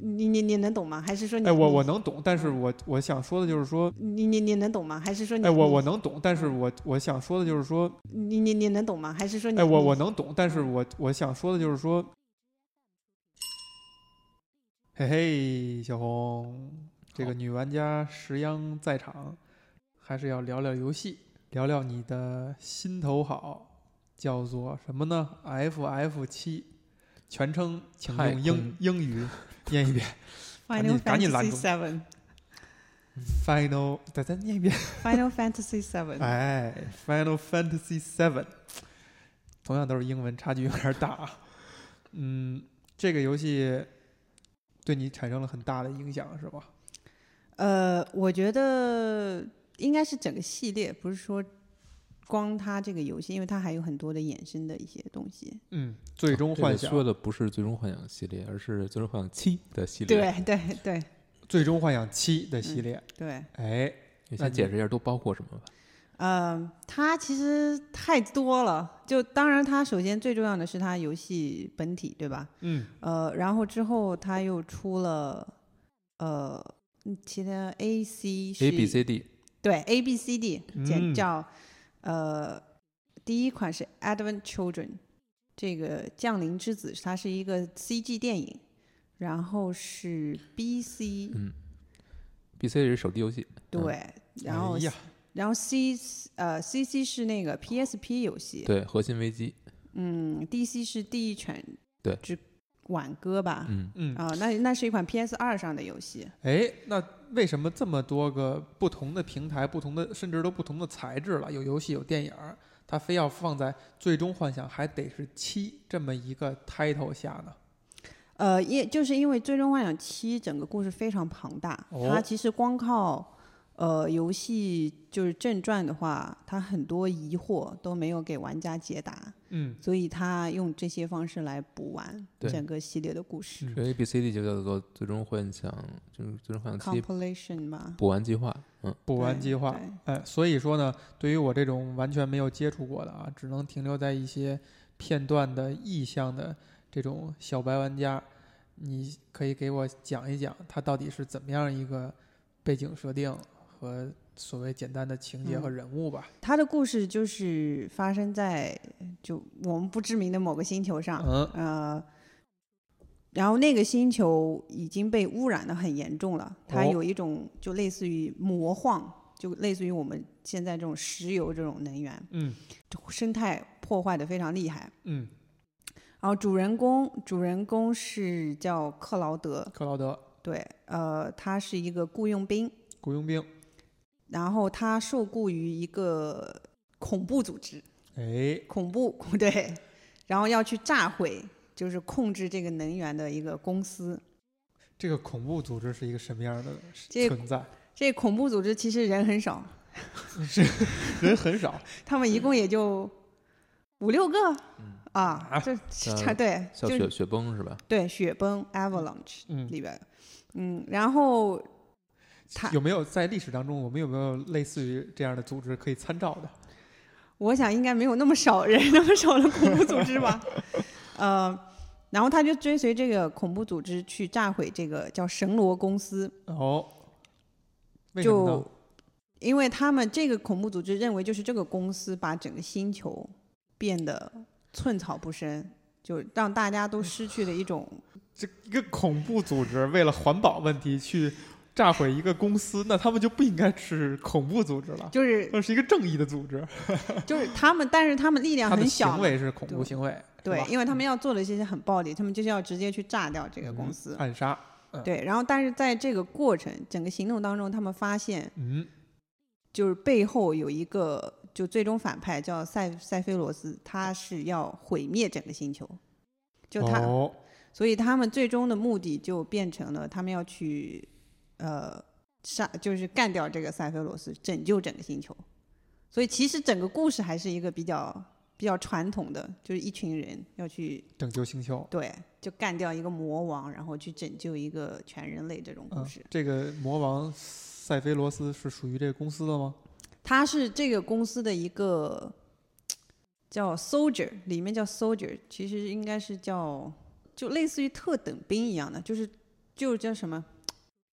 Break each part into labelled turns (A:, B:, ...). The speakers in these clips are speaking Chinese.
A: 你你你能懂吗？还是
B: 嗯
A: 说你
C: 哎，我
A: 你
C: 我能懂，但是我我想说的就是说，
A: 你你你能懂吗？还是
B: 嗯
A: 说你
C: 哎，我
A: 你
C: 我能懂，但是我我想说的就是说，
A: 你你你能懂吗？还是说你
B: 嗯
C: 哎，我
A: 你
C: 我能懂，但是我我想说的就是说，嘿嘿，小红，这个女玩家石央在场，还是要聊聊游戏，聊聊你的心头好，叫做什么呢？F F 七，全称请
B: 太
C: 用英
B: 空
C: 英语念一遍
A: Final
C: 赶紧赶
A: Fantasy
C: 紧
A: Seven
C: ，Final，再再念一遍。
A: Final Fantasy Seven
C: 哎，Final Fantasy Seven，同样都是英文，差距有点大。啊嗯，这个游戏对你产生了很大的影响，是吧？
A: 呃，我觉得应该是整个系列，不是说光它这个游戏，因为它还有很多的衍生的一些东西。
C: 嗯，最终
B: 这个
C: 幻想，
B: 说的不是《最终幻想》系列，而是《最终幻想七》的系列。
A: 对对对
C: 最终幻想七的系列。
A: 对，
C: 哎，
B: 你
C: 那
B: 先
C: 你
B: 解释一下都包括什么吧。
A: 呃，它其实太多了。就当然，它首先最重要的是它游戏本体，对吧？
C: 嗯，
A: 呃，然后之后它又出了，呃，嗯其他 A C 是
B: A B C D
A: 对 A B C D 简
C: 嗯
A: 叫、呃，第一款是 Advent Children，这个降临之子，它是一个 C G 电影，然后是 B C、
B: 嗯 B C 是手机游戏，
A: 对，
B: 嗯
A: 然后、
C: 哎呀，
A: 然后 C 呃 C C 是那个 P S P 游戏，
B: 对，核心危机，
A: 嗯，D C 是地狱犬
B: 对
A: 之挽歌吧，啊、
B: 嗯，
C: 嗯，
A: 那那是一款 P S 二上的游戏，
C: 哎，那为什么这么多个不同的平台、不同的甚至都不同的材质了？有游戏，有电影儿，它非要放在最终幻想，还得是七这么一个 title 下呢？
A: 呃，因就是因为《最终幻想七》整个故事非常庞大，
C: 哦
A: 它其实光靠呃游戏就是正传的话，它很多疑惑都没有给玩家解答，
C: 嗯，
A: 所以它用这些方式来补完
B: 对
A: 整个系列的故事。
C: 嗯
B: 所以 A B C D 就叫做《最终幻想》，就是《最终幻想七》
A: Compilation 吧，
B: 补完计划。嗯，
C: 嗯补完
A: 对
C: 计划，
A: 对
C: 哎，所以说呢，对于我这种完全没有接触过的啊，只能停留在一些片段的意象的这种小白玩家，你可以给我讲一讲，它到底是怎么样一个背景设定和所谓简单的情节和
A: 嗯
C: 人物吧？
A: 它的故事就是发生在就我们不知名的某个星球上，
C: 嗯
A: 呃，然后那个星球已经被污染的很严重了，它
C: 哦
A: 有一种就类似于魔幻，就类似于我们现在这种石油这种能源，
C: 嗯
A: 就生态破坏的非常厉害。
C: 嗯，
A: 然后主人公，主人公是叫克劳德，
C: 克劳德，
A: 对，呃，他是一个雇佣兵，
C: 雇佣兵，
A: 然后他受雇于一个恐怖组织，
C: 哎，
A: 恐怖 对，然后要去炸毁，就是控制这个能源的一个公司。
C: 这个恐怖组织是一个什么样的
A: 这
C: 存在？
A: 这恐怖组织其实人很少，
C: 人很少，
A: 他们一共也就五六个、啊，这差
B: 呃
A: 对，
B: 像
A: 就
B: 雪雪崩是吧？
A: 对雪崩 avalanche
C: 嗯，
A: 里边，嗯，然后他
C: 有没有在历史当中，我们有没有类似于这样的组织可以参照的？
A: 我想应该没有那么少人那么少的恐怖组织吧， 呃，然后他就追随这个恐怖组织去炸毁这个叫神罗公司，
C: 哦，为什么呢
A: 就？因为他们这个恐怖组织认为，就是这个公司把整个星球变得寸草不生，就让大家都失去了一种
C: 这一个恐怖组织为了环保问题去炸毁一个公司，那他们就不应该是恐怖组织了，
A: 就是
C: 那是一个正义的组织。
A: 就是他们，但是他们力量
C: 嗯他的
A: 很小
C: 行
A: 嘛，
C: 为是恐怖行为，
A: 对
C: 是，吧嗯
A: 因为他们要做的这些很暴力，他们就是要直接去炸掉这个公司。
C: 暗杀。
A: 对，然后但是在这个过程整个行动当中，他们发现
C: 嗯，
A: 就是背后有一个就最终反派叫塞塞菲罗斯，他是要毁灭整个星球，就他，
C: 哦，
A: 所以他们最终的目的就变成了他们要去呃杀，就是干掉这个塞菲罗斯，拯救整个星球。所以其实整个故事还是一个比较比较传统的，就是一群人要去
C: 拯救星球。
A: 对，就干掉一个魔王，然后去拯救一个全人类这种故
C: 嗯
A: 事。，
C: 这个魔王塞菲罗斯是属于这个公司的吗？
A: 他是这个公司的一个叫 soldier，里面叫 soldier，其实应该是叫就类似于特等兵一样的，就是就是叫什么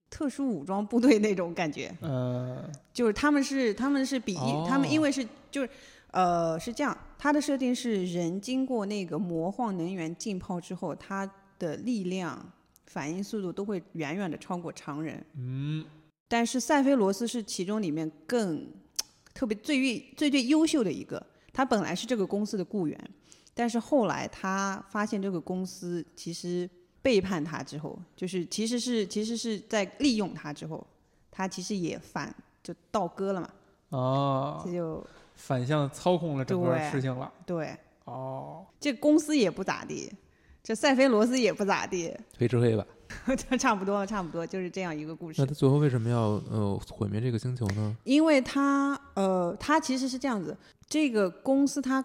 A: 特殊武装部队那种感觉，
C: 呃，
A: 就是他们是他们是比一、他们因为是就是呃是这样，它的设定是人经过那个魔幻能源浸泡之后，它的力量、反应速度都会远远的超过常人。
C: 嗯，
A: 但是塞菲罗斯是其中里面更特别最最最最优秀的一个。他本来是这个公司的雇员，但是后来他发现这个公司其实背叛他之后，就是其实是其实是在利用他之后，他其实也反就倒戈了嘛，
C: 哦
A: 这，就
C: 反向操控了整个
A: 对
C: 事情了。
A: 对
C: 哦，
A: 这公司也不咋地，这塞菲罗斯也不咋地，
B: 推迟黑吧。
A: 就差不多差不多就是这样一个故事
B: 那。他最后为什么要呃毁灭这个星球呢？
A: 因为他呃，他其实是这样子，这个公司它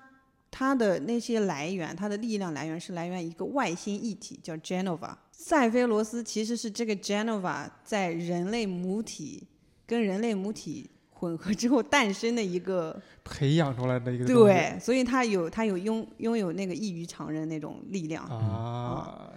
A: 它的那些来源，它的力量来源是来源一个外星异体叫 Genova。塞菲罗斯其实是这个 Genova 在人类母体跟人类母体混合之后诞生的一个
C: 培养出来的一个东西
A: 对，所以它有它有拥拥有那个异于常人那种力量，
C: 啊，它
A: 啊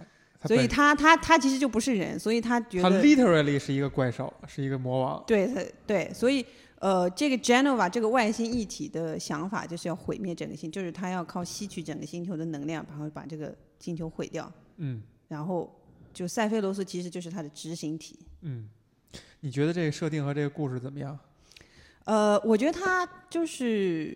A: 所以
C: 本
A: 它它它其实就不是人，所以它觉
C: 它
A: 得
C: literally 是一个怪兽，是一个魔王。
A: 对它对，所以呃，这个 Genova 这个外星一体的想法就是要毁灭整个星，就是它要靠吸取整个星球的能量，然后把这个星球毁掉。
C: 嗯
A: 然后就塞菲罗斯其实就是它的执行体。
C: 嗯，你觉得这个设定和这个故事怎么样？
A: 呃，我觉得它就是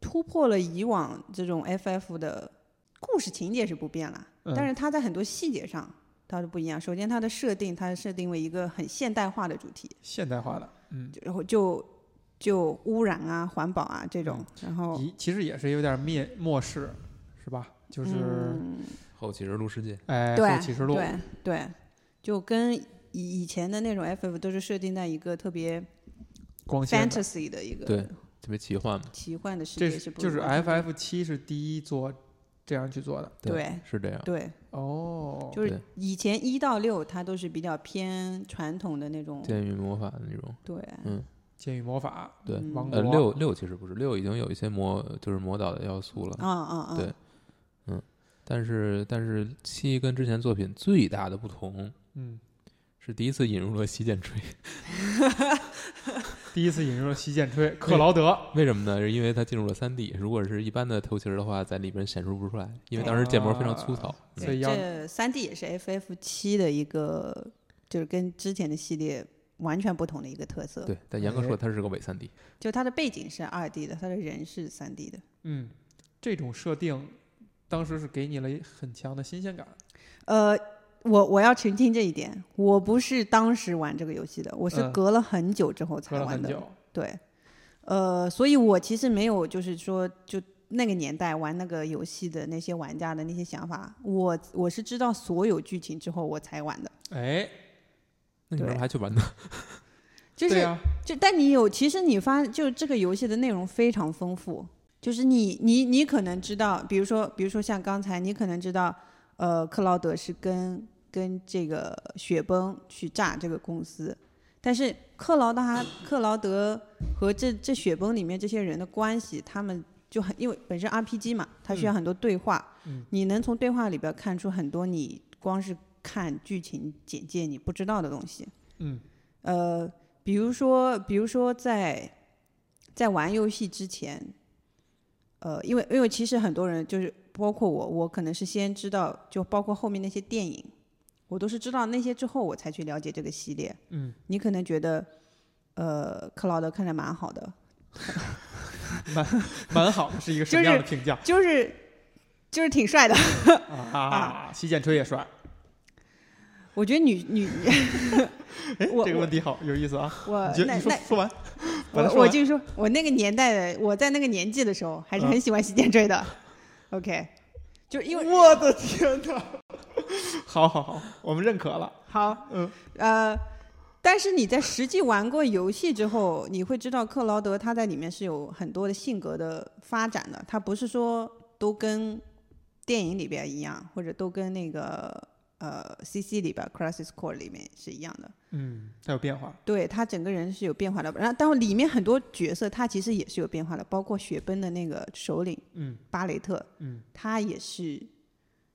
A: 突破了以往这种 FF 的故事情节是不变了，
C: 嗯
A: 但是它在很多细节上它是不一样。首先，它的设定它设定为一个很现代化的主题，
C: 现代化的，嗯，
A: 然后就就污染啊、环保啊这种，然后。
C: 一其实也是有点灭末世，是吧？就是、
A: 嗯、
B: 后启示录世界，
C: 哎，
A: 对
C: 后启示录，
A: 对对，就跟以以前的那种 FF 都是设定在一个特别
C: 光鲜的。
A: fantasy 的一
B: 对
A: 个
B: 特别奇幻嘛。
A: 奇幻的世
C: 这
A: 界
C: 是
A: 不
C: 就是
A: 完全
C: FF 七是第一做这样去做的
A: 对
B: 是这样。
A: 对，
C: 哦，
A: 就是
B: 对
A: 以前一到六它都是比较偏传统的那种，
B: 剑与魔法的那种，
A: 对
C: 监狱魔法，
B: 对
A: 嗯
C: 王国
B: 呃，六六其实不是六，已经有一些魔就是魔导的要素了。
A: 啊啊啊，
B: 对但是但是七跟之前作品最大的不同
C: 嗯，
B: 是第一次引入了洗剪吹，
C: 第一次引入了西剑吹克劳德，
B: 为什么呢？是因为它进入了三 D，如果是一般的头型的话，在里边显示不出来，因为当时建模非常粗
A: 哦
B: 糙。
C: 所以要
A: 这三 D 也是 FF 七的一个，就是跟之前的系列完全不同的一个特色。
B: 对，但严格说它是个伪三 D，
A: 就它的背景是二 D 的，它的人是三 D 的。
C: 嗯，这种设定当时是给你了很强的新鲜感，
A: 呃，我我要澄清这一点，我不是当时玩这个游戏的，我是
C: 嗯
A: 隔了很久之后
C: 隔
A: 才
C: 了
A: 玩
C: 很
A: 的。
C: 久，
A: 对，呃，所以我其实没有就是说就那个年代玩那个游戏的那些玩家的那些想法，我我是知道所有剧情之后我才玩的。
C: 哎，
B: 那你为什
A: 对
B: 么还去玩呢？
A: 就是、
C: 对呀、啊
A: 就但你有，其实你发就这个游戏的内容非常丰富，就是你你你可能知道，比如说比如说像刚才你可能知道，呃，克劳德是跟跟这个雪崩去炸这个公司，但是克劳德他克劳德和这这雪崩里面这些人的关系，他们就很因为本身 RPG 嘛，它需要很多对话，
C: 嗯
A: 你能从对话里边看出很多你光是看剧情简介你不知道的东西。
C: 嗯，
A: 呃，比如说，比如说在在玩游戏之前，呃，因为因为其实很多人就是包括我，我可能是先知道，就包括后面那些电影，我都是知道那些之后我才去了解这个系列。
C: 嗯，
A: 你可能觉得，呃，克劳德看着蛮好的，
C: 蛮好的，是一个什么样的评价、
A: 就是就是挺帅的。
C: 啊？西剑吹也帅，
A: 我觉得女女，
C: 哎，
A: 我
C: 这个问题好有意思啊！
A: 我
C: 你觉得
A: 那
C: 你说
A: 那
C: 说完，把
A: 我
C: 它说
A: 我
C: 完嗯
A: 就说，我那个年代的，我在那个年纪的时候，还是很喜欢洗剑追的。OK，就是因为
C: 我的天哪！好好好，我们认可了。
A: 好，
C: 嗯，
A: 呃，但是你在实际玩过游戏之后，你会知道克劳德他在里面是有很多的性格的发展的，他不是说都跟电影里边一样，或者都跟那个呃 CC 里边 Crisis Core 里面是一样的。
C: 嗯，它有变化。
A: 对他整个人是有变化的，然后但是里面很多角色他其实也是有变化的，包括雪崩的那个首领
C: 嗯
A: 巴雷特，
C: 嗯，
A: 他也是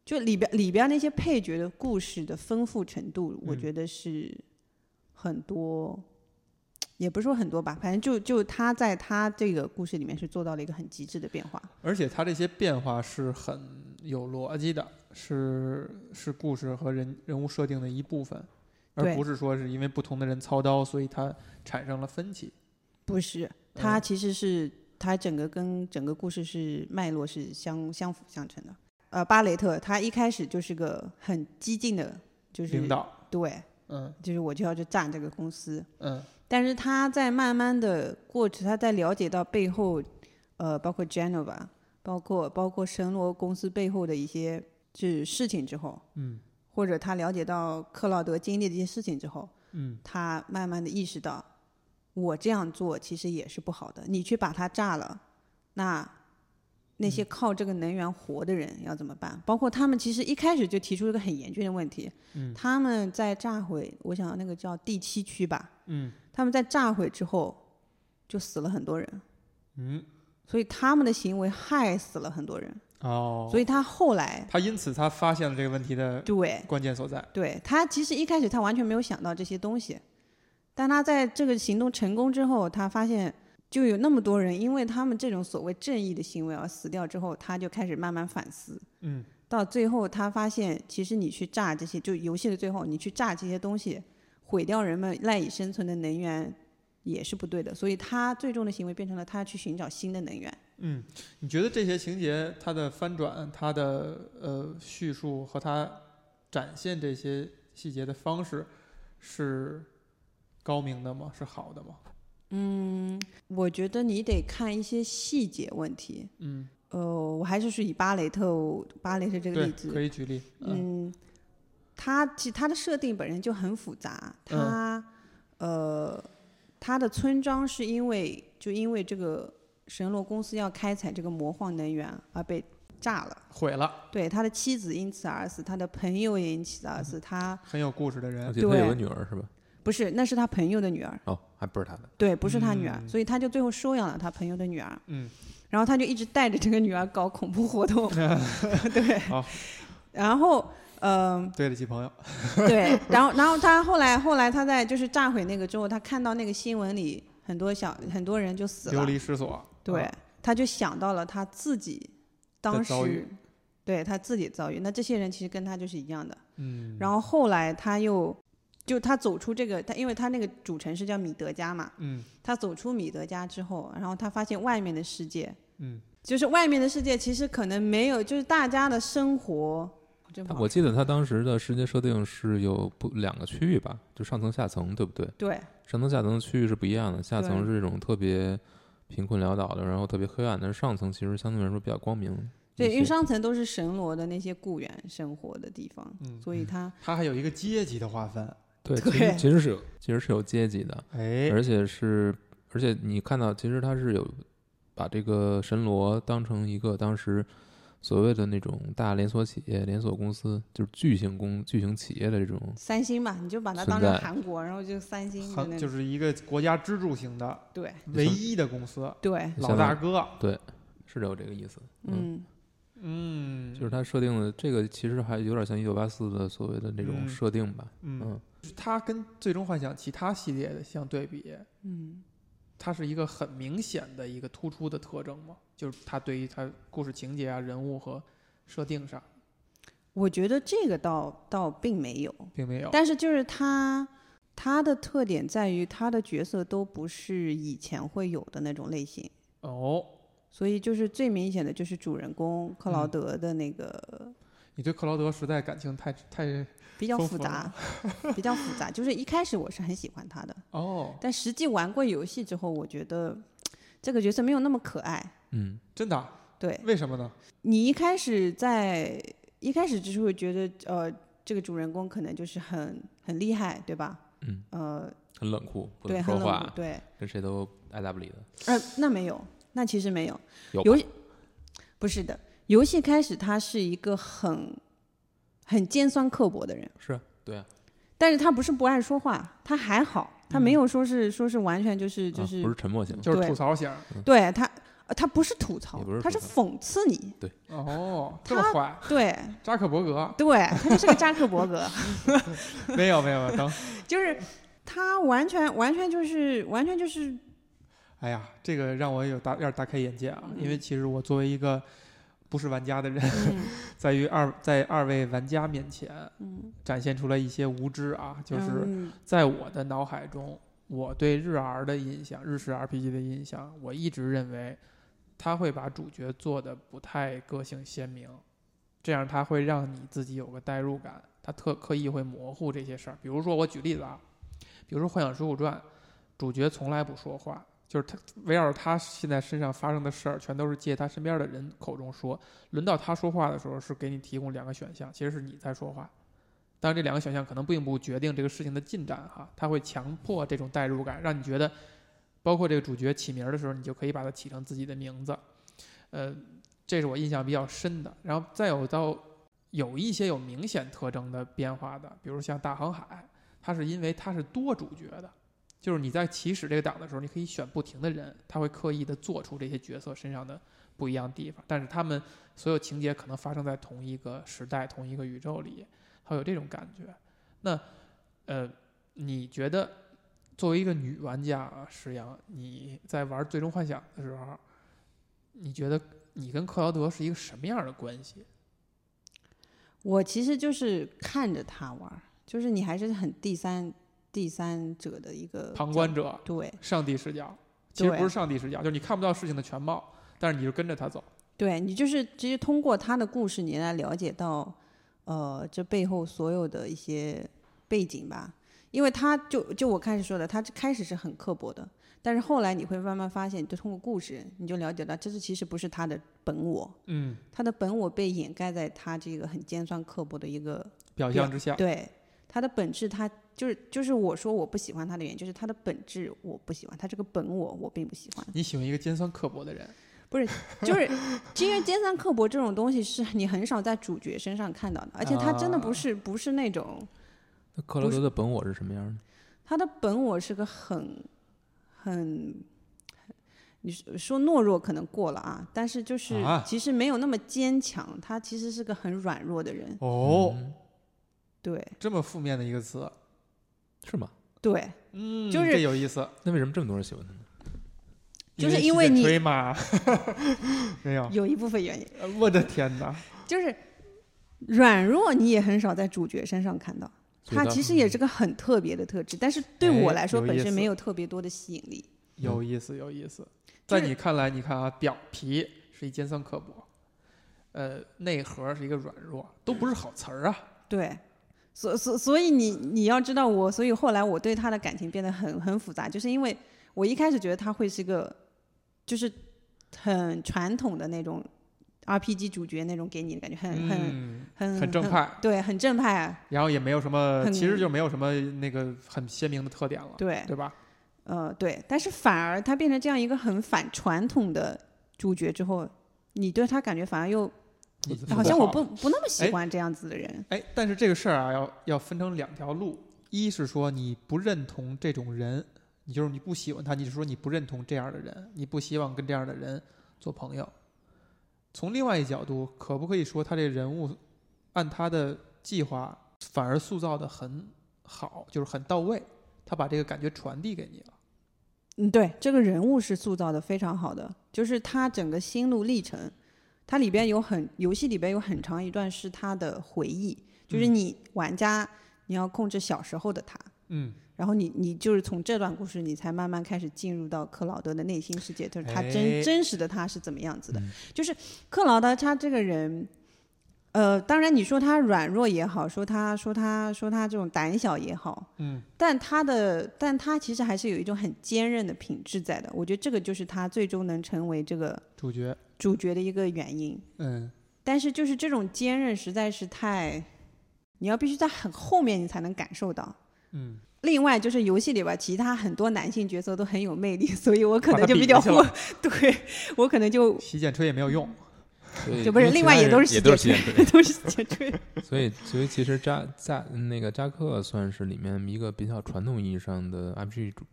A: 就里边里边那些配角的故事的丰富程度，我
C: 嗯
A: 觉得是很多，也不是说很多吧，反正就就他在他这个故事里面是做到了一个很极致的变化。
C: 而且它这些变化是很有逻辑的，是是故事和人人物设定的一部分，而
A: 对
C: 不是说是因为不同的人操刀，所以它产生了分歧。
A: 不是，
C: 呃
A: 它其实是它整个跟整个故事是脉络是相相辅相成的。呃，巴雷特他一开始就是个很激进的，就是
C: 领导，
A: 对，
C: 嗯
A: 就是我就要去炸这个公司。
C: 嗯
A: 但是他在慢慢的过程，他在了解到背后，呃，包括 Genova，包括包括神罗公司背后的一些就是事情之后，
C: 嗯
A: 或者他了解到克劳德经历的一些事情之后，
C: 嗯
A: 他慢慢的意识到，我这样做其实也是不好的。你去把它炸了，那那
C: 嗯
A: 些靠这个能源活的人要怎么办？包括他们其实一开始就提出一个很严峻的问题，
C: 嗯
A: 他们在炸毁，我想那个叫第七区吧，
C: 嗯
A: 他们在炸毁之后就死了很多人，
C: 嗯，
A: 所以他们的行为害死了很多人，
C: 哦，
A: 所以他后来
C: 他因此他发现了这个问题的
A: 对
C: 关键所在。
A: 对他其实一开始他完全没有想到这些东西，但他在这个行动成功之后，他发现就有那么多人因为他们这种所谓正义的行为而死掉之后，他就开始慢慢反思。
C: 嗯，
A: 到最后他发现，其实你去炸这些，就游戏的最后你去炸这些东西，毁掉人们赖以生存的能源也是不对的。所以他最终的行为变成了他去寻找新的能源。
C: 嗯，你觉得这些情节它的翻转、它的呃叙述和它展现这些细节的方式是高明的吗？是好的吗？
A: 我觉得你得看一些细节问题。
C: 嗯，
A: 呃，我还是是以巴雷特巴雷特这个
C: 对
A: 例，子
C: 可以举例。嗯
A: 嗯，它其实它的设定本身就很复杂，
C: 嗯
A: 它、呃，它的村庄是因为就因为这个神罗公司要开采这个魔幻能源而被炸了，
C: 毁了，
A: 对，他的妻子因此而死，他的朋友也因此而死，他
C: 很有故事的
B: 而
C: 人。
B: 且他有
A: 对
B: 个女儿是吧？
A: 不是那是他朋友的女儿，
B: 哦，还不是他的，
A: 对，不是他女儿，
C: 嗯
A: 所以他就最后收养了他朋友的女儿，
C: 嗯，
A: 然后他就一直带着这个女儿搞恐怖活 动，对
C: 好，
A: 然后嗯。
C: 对得起朋友。
A: 对，然后然后他后来后来他在就是炸毁那个之后，他看到那个新闻里很多小很多人就死
C: 流
A: 了，
C: 离失所。
A: 对，
C: 啊
A: 他就想到了他自己
C: 的
A: 当
C: 遭遇
A: 时对他自己遭遇，那这些人其实跟他就是一样的。
C: 嗯，
A: 然后后来他又就他走出这个，他因为他那个主城市叫米德加嘛，
C: 嗯
A: 他走出米德加之后，然后他发现外面的世界，
C: 嗯，
A: 就是外面的世界其实可能没有，就是大家的生活，真不
B: 他
A: 好
B: 我记得他当时的世界设定是有不两个区域吧，就上层下层，对不对？
A: 对
B: 上层下层的区域是不一样的，下
A: 对
B: 层是这种特别贫困潦倒的，然后特别黑暗，但是上层其实相对来说比较光明一些。
A: 对，因为上层都是神罗的那些雇员生活的地方，
C: 嗯
A: 所以他
C: 它还有一个阶级的划分。
B: 对，
A: 对
B: 其实其实 是有其实是有阶级的，
C: 哎，
B: 而且是而且你看到其实他是有把这个神罗当成一个当时所谓的那种大连锁企业、连锁公司，就是巨型公巨型企业的这种
A: 三星吧，你就把它
B: 存
A: 当成
B: 在
A: 韩国，然后就三星的
C: 很
A: 那
C: 就
A: 种，
C: 是一个国家支柱型的
A: 对
C: 唯一的公司，
A: 对，
C: 老大哥。
B: 是有这个意思。
A: 嗯，
C: 嗯，
B: 就是它设定的这个其实还有点像一九八四的所谓的那种
C: 嗯
B: 设定吧。
C: 嗯，
B: 嗯
C: 就是它跟《最终幻想》其他系列的相对比，
A: 嗯，
C: 它是一个很明显的一个突出的特征嘛，就是它对于它故事情节啊、人物和设定上
A: 我觉得这个倒倒并没有，
C: 并没有。
A: 但是就是他他的特点在于他的角色都不是以前会有的那种类型，
C: 哦，
A: 所以就是最明显的就是主人公克劳
C: 嗯
A: 德的那个
C: 你对克劳德实在感情太太
A: 比较
C: 丰
A: 复
C: 富
A: 杂，比较复杂，就是一开始我是很喜欢他的。
C: 哦，
A: 但实际玩过游戏之后，我觉得这个角色没有那么可爱。
B: 嗯，
C: 真的啊？
A: 对
C: 为什么
A: 嗯
C: 呢？
A: 你一开始在一开始就是会觉得，呃，这个主人公可能就是很很厉害，对吧？
B: 嗯，
A: 呃，
B: 很冷酷，不
A: 对，
B: 能
A: 很
B: 说
A: 冷酷
B: 话，，
A: 对，
B: 跟谁都爱答不理的。
A: 呃，那没有，那其实没有，
B: 有
A: 游戏不是的，游戏开始他是一个很很尖酸刻薄的人，
B: 是啊对啊，
A: 但是他不是不爱说话，他还好，他没有说是、说是完全就是
B: 嗯啊
A: 就是、
B: 不是沉默型，
C: 就是
A: 对
C: 吐槽型。
A: 对他，呃他不是吐槽，
B: 也不是
A: 他
B: 吐
A: 是
B: 槽
A: 讽刺你。
C: 哦，这么坏，
A: 对
C: 扎克伯 格
A: 对，他就是个扎克伯格，
C: 没有没有，等，
A: 就是他完全完全就是完全就是
C: 哎呀，这个让我有大有点大开眼界啊，因为其实我作为一个不是玩家的人，
A: 嗯
C: 在于二在二位玩家面前
A: 嗯，
C: 展现出了一些无知啊，就是
A: 嗯
C: 在我的脑海中，我对日 R 的印象，日式 RPG 的印象，我一直认为他会把主角做的不太个性鲜明，这样他会让你自己有个代入感，他特刻意会模糊这些事儿。比如说我举例子啊，比如说《幻想水浒传》，主角从来不说话。就是他围绕着他现在身上发生的事儿，全都是借他身边的人口中说。轮到他说话的时候，是给你提供两个选项，其实是你在说话。当然，这两个选项可能并不决定这个事情的进展哈，它会强迫这种代入感，让你觉得，包括这个主角起名儿的时候，你就可以把它起成自己的名字，呃，这是我印象比较深的。然后再有到有一些有明显特征的变化的，比如像大航海，它是因为它是多主角的，就是你在起始这个档的时候，你可以选不停的人，他会刻意的做出这些角色身上的不一样的地方，但是他们所有情节可能发生在同一个时代、同一个宇宙里。还有这种感觉。那，呃，你觉得作为一个女玩家啊，石阳，你在玩《最终幻想》的时候，你觉得你跟克劳德是一个什么样的关系？
A: 我其实就是看着他玩儿，就是你还是很第三第三者的一个
C: 旁观
A: 角
C: 者、
A: 对
C: 上帝视角，其实
A: 对
C: 不是上帝视角，就是你看不到事情的全貌，但是你就跟着他走。
A: 对，你就是直接通过他的故事，你来了解到，呃，这背后所有的一些背景吧。因为他就就我开始说的，他开始是很刻薄的，但是后来你会慢慢发现，就通过故事，你就了解到，这是其实不是他的本我，
C: 嗯，
A: 他的本我被掩盖在他这个很尖酸刻薄的一个
C: 表象之下，
A: 对，它的本质它就是就是我说我不喜欢它的原因，就是它的本质我不喜欢，它这个本我我并不喜欢。
C: 你喜欢一个尖酸刻薄的人，
A: 就是因为尖酸刻薄这种东西是你很少在主角身上看到的，而且它真
C: 啊
A: 的不是、不是那种，
B: 那克劳德的本我是什么样的？
A: 它的本我是个很很。你说说懦弱可能过了啊，但是就是
C: 啊
A: 其实没有那么坚强，他其实是个很软弱的人。
C: 哦，
B: 嗯
A: 对
C: 这么负面的一个词，
B: 是吗？
A: 对，
C: 嗯，
A: 就是
C: 这有意思，
B: 那为什么这么多人喜欢他呢？
A: 就是
C: 因
A: 因为你
C: 吹嘛， 没有，
A: 有一部分原因
C: 呃我的天哪！
A: 就是软弱，你也很少在主角身上看到。
B: 所以
A: 它
B: 他
A: 其实也是个很特别的特质，但是对我
C: 哎
A: 来说
C: 有
A: 本
C: 意
A: 身
C: 思
A: 没有特别多的吸引力。
C: 有意思，有意思。在
A: 是
C: 你看来，你看啊，表皮是一尖酸刻薄，呃，内核是一个软弱，都不是好词儿啊。
A: 对，所所所以你你要知道我，所以后来我对他的感情变得很很复杂，就是因为我一开始觉得他会是个，就是很传统的那种 RPG 主角那种给你的感觉，很很
C: 嗯，
A: 很
C: 很正派，
A: 对，很正派，啊
C: 然后也没有什么，
A: 很
C: 其实就没有什么那个很鲜明的特点了，
A: 对，
C: 哦对吧？
A: 呃对，但是反而他变成这样一个很反传统的主角之后，你对他感觉反而又
C: 你
A: 好像我不
C: 好
A: 不那么
C: 哎
A: 喜欢这样子的人。
C: 哎，但是这个事儿啊，要要分成两条路，一是说你不认同这种人，你就是你不喜欢他，你是说你不认同这样的人，你不希望跟这样的人做朋友。从另外一角度，可不可以说他这人物按他的计划反而塑造的很好，就是很到位，他把这个感觉传递给你了。
A: 嗯，对，这个人物是塑造的非常好的，就是他整个心路历程，它里边有很游戏里边有很长一段是他的回忆，就是
C: 嗯
A: 你玩家你要控制小时候的他，
C: 嗯，
A: 然后你你就是从这段故事你才慢慢开始进入到克劳德的内心世界，就是他真、
C: 哎
A: 真实的他是怎么样子的，
B: 嗯
A: 就是克劳德他这个人。呃，当然，你说他软弱也好，说他说他说他这种胆小也好，
C: 嗯，
A: 但他的，但他其实还是有一种很坚韧的品质在的。我觉得这个就是他最终能成为这个
C: 主角，
A: 主角的一个原因。
C: 嗯，
A: 但是就是这种坚韧实在是太，你要必须在很后面你才能感受到。
C: 嗯，
A: 另外就是游戏里边其他很多男性角色都很有魅力，所以我可
C: 把
A: 能
C: 他
A: 就
C: 比
A: 比较
C: 下
A: 忽， 对我可能就
C: 洗剪吹也没有用。
B: 所 以
A: 就不是
B: 因为其
A: 另外
B: 他
A: 也都
B: 人
A: 是
B: 也
A: 洗
B: 都
A: 剪
B: 是
A: 吹
B: 洗剪，吹
A: 都是洗剪吹。
B: 所以，所以其实扎扎那个扎克算是里面一个比较传统意义上的 RPG 主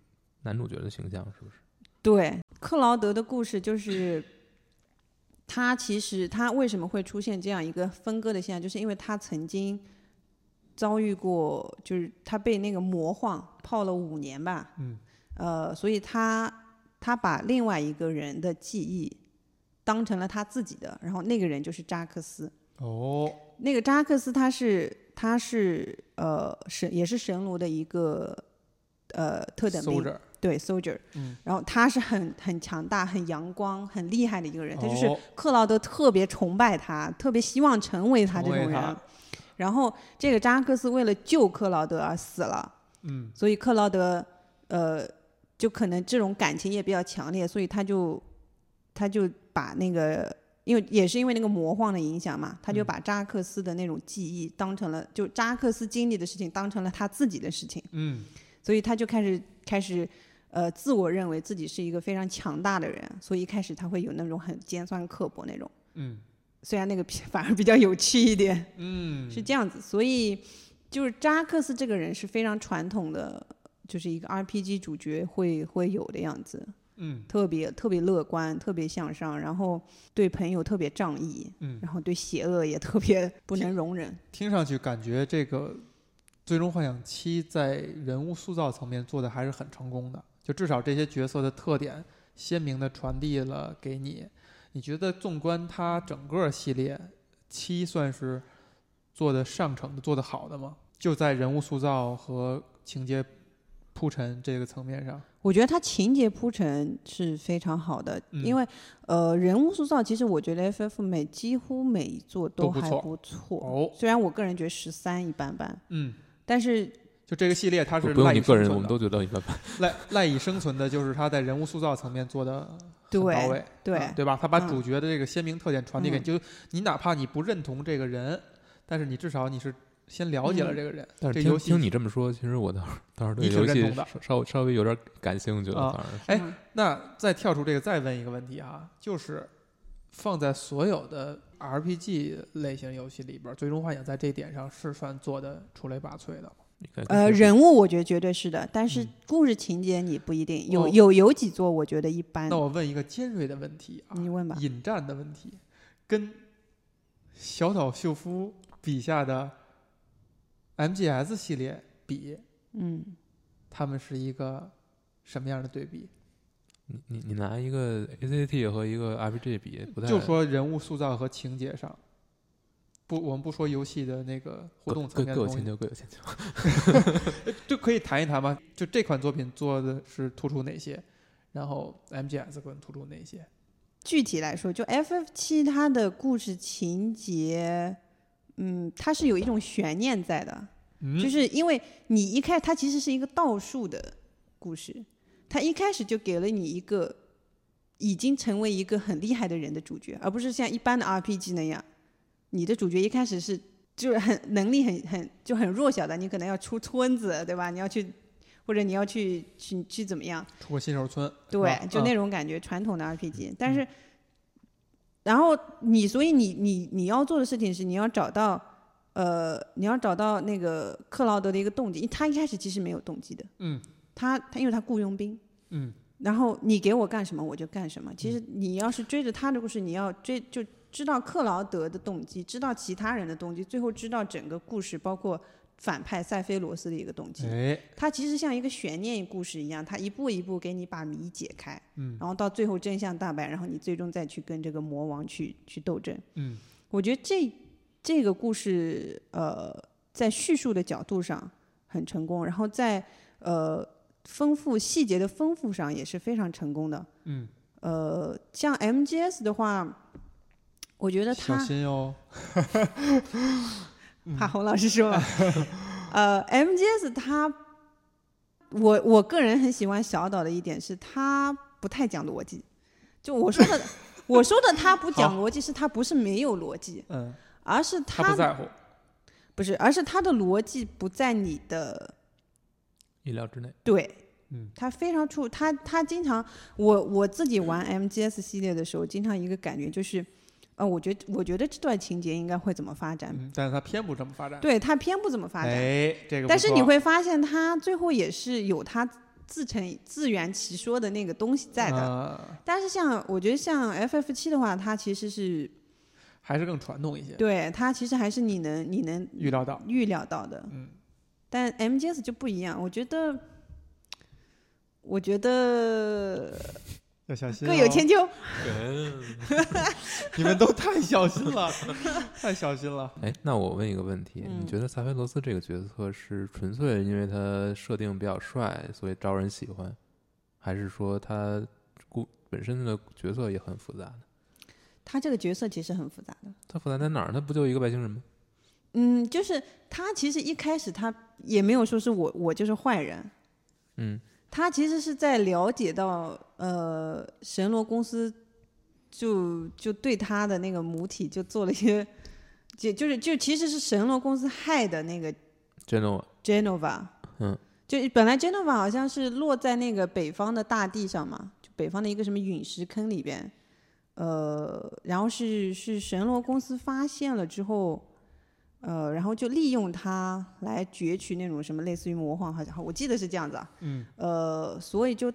B: 男主角的形象，是不是？
A: 对，克劳德的故事就是，他其实他为什么会出现这样一个分割的现象，就是因为他曾经遭遇过，就是他被那个魔幻泡了五年吧，
C: 嗯，
A: 呃，所以他他把另外一个人的记忆当成了他自己的，然后那个人就是扎克斯，
C: 哦，
A: 那个扎克斯他是他是呃神也是神罗的一个呃特等
C: 搜
A: 兵，
C: 着，
A: 对 soldier，、
C: 嗯
A: 然后他是很很强大、很阳光、很厉害的一个人，他就是
C: 哦
A: 克劳德特别崇拜他，特别希望成为他这
C: 成为
A: 种人
C: 他。
A: 然后这个扎克斯为了救克劳德而死了，
C: 嗯，
A: 所以克劳德呃就可能这种感情也比较强烈，所以他就他就把那个。因为也是因为那个魔幻的影响嘛，他
C: 嗯
A: 就把扎克斯的那种记忆当成了，就扎克斯经历的事情当成了他自己的事情。
C: 嗯，
A: 所以他就开始开始呃自我认为自己是一个非常强大的人，所以一开始他会有那种很尖酸刻薄那种，
C: 嗯，
A: 虽然那个皮反而比较有趣一点，
C: 嗯，
A: 是这样子，所以就是扎克斯这个人是非常传统的，就是一个 RPG 主角会会有的样子，
C: 嗯，
A: 特别特别乐观，特别向上，然后对朋友特别仗义，
C: 嗯
A: 然后对邪恶也特别 不能容忍，
C: 听上去感觉这个《最终幻想七》在人物塑造层面做的还是很成功的，就至少这些角色的特点鲜明的传递了给你。你觉得纵观它整个系列，七算是做的上乘的、做的好的吗？就在人物塑造和情节铺陈这个层面上，
A: 我觉得他情节铺陈是非常好的，
C: 嗯
A: 因为呃，人物塑造其实我觉得 FF 每几乎每一座
C: 都不
A: 还
C: 错
A: 不错。
C: 哦
A: 虽然我个人觉得十三一般般，
C: 嗯，
A: 但是
C: 就这个系列它是
B: 不用
C: 赖
B: 你
C: 以
B: 个
C: 生
B: 人，我
C: 存
B: 们
C: 的，
B: 都觉得一般般。
C: 赖赖以生存的就是它在人物塑造层面做的很到
A: 对
C: 位。
A: 对、
C: 啊对吧？他把
A: 嗯
C: 主角的这个鲜明特点传递给你，就是你哪怕你不认同这个人，但是你至少你是先了解了
A: 嗯
C: 这个人，
B: 但是
C: 这游
B: 听
C: 戏
B: 听你这么说，其实我倒是倒是对
C: 你挺
B: 游
C: 认
B: 戏
C: 同的
B: 稍稍微稍微有点感兴趣了，
C: 啊
B: 反而是
C: 哎
A: 嗯
C: 那再跳出这个，再问一个问题啊，就是放在所有的 RPG 类型游戏里边，《最终幻想》在这一点上是算做的出类拔萃的吗。
B: 应该
A: 呃，
B: 就是
A: 人物我觉得绝对是的，但是
C: 嗯
A: 故事情节你不一定有、
C: 哦
A: 有有几座我觉得一般
C: 那。我问一个尖锐的问题啊，
A: 嗯你问吧，
C: 引战的问题，跟小岛秀夫笔下的 MGS 系列比，
A: 嗯，
C: 他们是一个什么样的对比？
B: 你你你拿一个 ACT 和一个 RPG 比，不太
C: 就说人物塑造和情节上，不，我们不说游戏的那个互
B: 各
C: 动层
B: 各
C: 面
B: 各
C: 的
B: 有
C: 东
B: 千
C: 西，
B: 秋，各有千秋。
C: 就可以谈一谈吗？就这款作品做的是突出哪些，然后 MGS 更突出哪些？
A: 具体来说，就 FF 七它的故事情节，嗯，它是有一种悬念在的。
C: 嗯
A: 就是因为你一开它其实是一个倒数的故事，它一开始就给了你一个已经成为一个很厉害的人的主角，而不是像一般的 RPG 那样，你的主角一开始是就是很能力很很就很弱小的，你可能要出村子，对吧？你要去或者你要去去去怎么样？
C: 出个新手村，
A: 对
C: 啊，嗯
A: 就那种感觉，传统的 RPG。但是，然后你，所以你你你要做的事情是，你要找到，呃，你要找到那个克劳德的一个动机。因为他一开始其实没有动机的，
C: 嗯，
A: 他他因为他雇佣兵，
C: 嗯，
A: 然后你给我干什么我就干什么。其实你要是追着他的故事，你要追就知道克劳德的动机，知道其他人的动机，最后知道整个故事，包括反派塞菲罗斯的一个动机。
C: 哎，
A: 它其实像一个悬念故事一样，它一步一步给你把谜解开，
C: 嗯，
A: 然后到最后真相大白，然后你最终再去跟这个魔王去去斗争。
C: 嗯，
A: 我觉得这这个故事，呃，在叙述的角度上很成功，然后在呃丰富细节的丰富上也是非常成功的。
C: 嗯，
A: 呃，像 MGS 的话，我觉得
C: 小
A: 它
C: 心哟，嗯
A: 怕洪老师说 吧。呃，MGS 它，我我个人很喜欢小岛的一点是，它不太讲逻辑。就我说的， 我说的它不讲逻辑，是它不是没有逻辑，
C: 嗯，
A: 而是
C: 他
A: 它
C: 不在乎，
A: 不是，而是它的逻辑不在你的
B: 意料之内，
A: 对，
C: 嗯，
A: 他非常出，他他经常，我我自己玩 MGS 系列的时候，经常一个感觉就是，呃，我觉得我觉得这段情节应该会怎么发展，
C: 嗯，但是他偏不这么发展，
A: 对他偏不怎么发展，
C: 哎，这个不
A: 但是你
C: 错，
A: 会发现，他最后也是有他自成自圆其说的那个东西在的。
C: 啊
A: 但是像我觉得像 FF 七的话，它其实是
C: 还是更传统一些，
A: 对它其实还是你能你能
C: 预料到，
A: 预料到的。
C: 嗯，
A: 但 MGS 就不一样，我觉得，我觉得
C: 要小心、哦，
A: 各有千秋。
C: 你们都太小心 了，太小心了。
B: 哎，那我问一个问题，
A: 嗯
B: 你觉得萨菲罗斯这个角色是纯粹因为他设定比较帅，所以招人喜欢，还是说他故本身的角色也很复杂呢？
A: 他这个角色其实很复杂的，
B: 他复杂在哪儿？他不就一个外星人吗？
A: 嗯，就是他其实一开始他也没有说是我我就是坏人，
B: 嗯，
A: 他其实是在了解到呃神罗公司就就对他的那个母体就做了一些，就就是就其实是神罗公司害的那个
B: 真的我
A: Genova，
B: 嗯，
A: 就本来 Genova 好像是落在那个北方的大地上嘛，就北方的一个什么陨石坑里边，呃，然后是是神罗公司发现了之后，呃，然后就利用它来攫取那种什么类似于魔幻，好像我记得是这样子啊，
C: 嗯，
A: 呃，所以就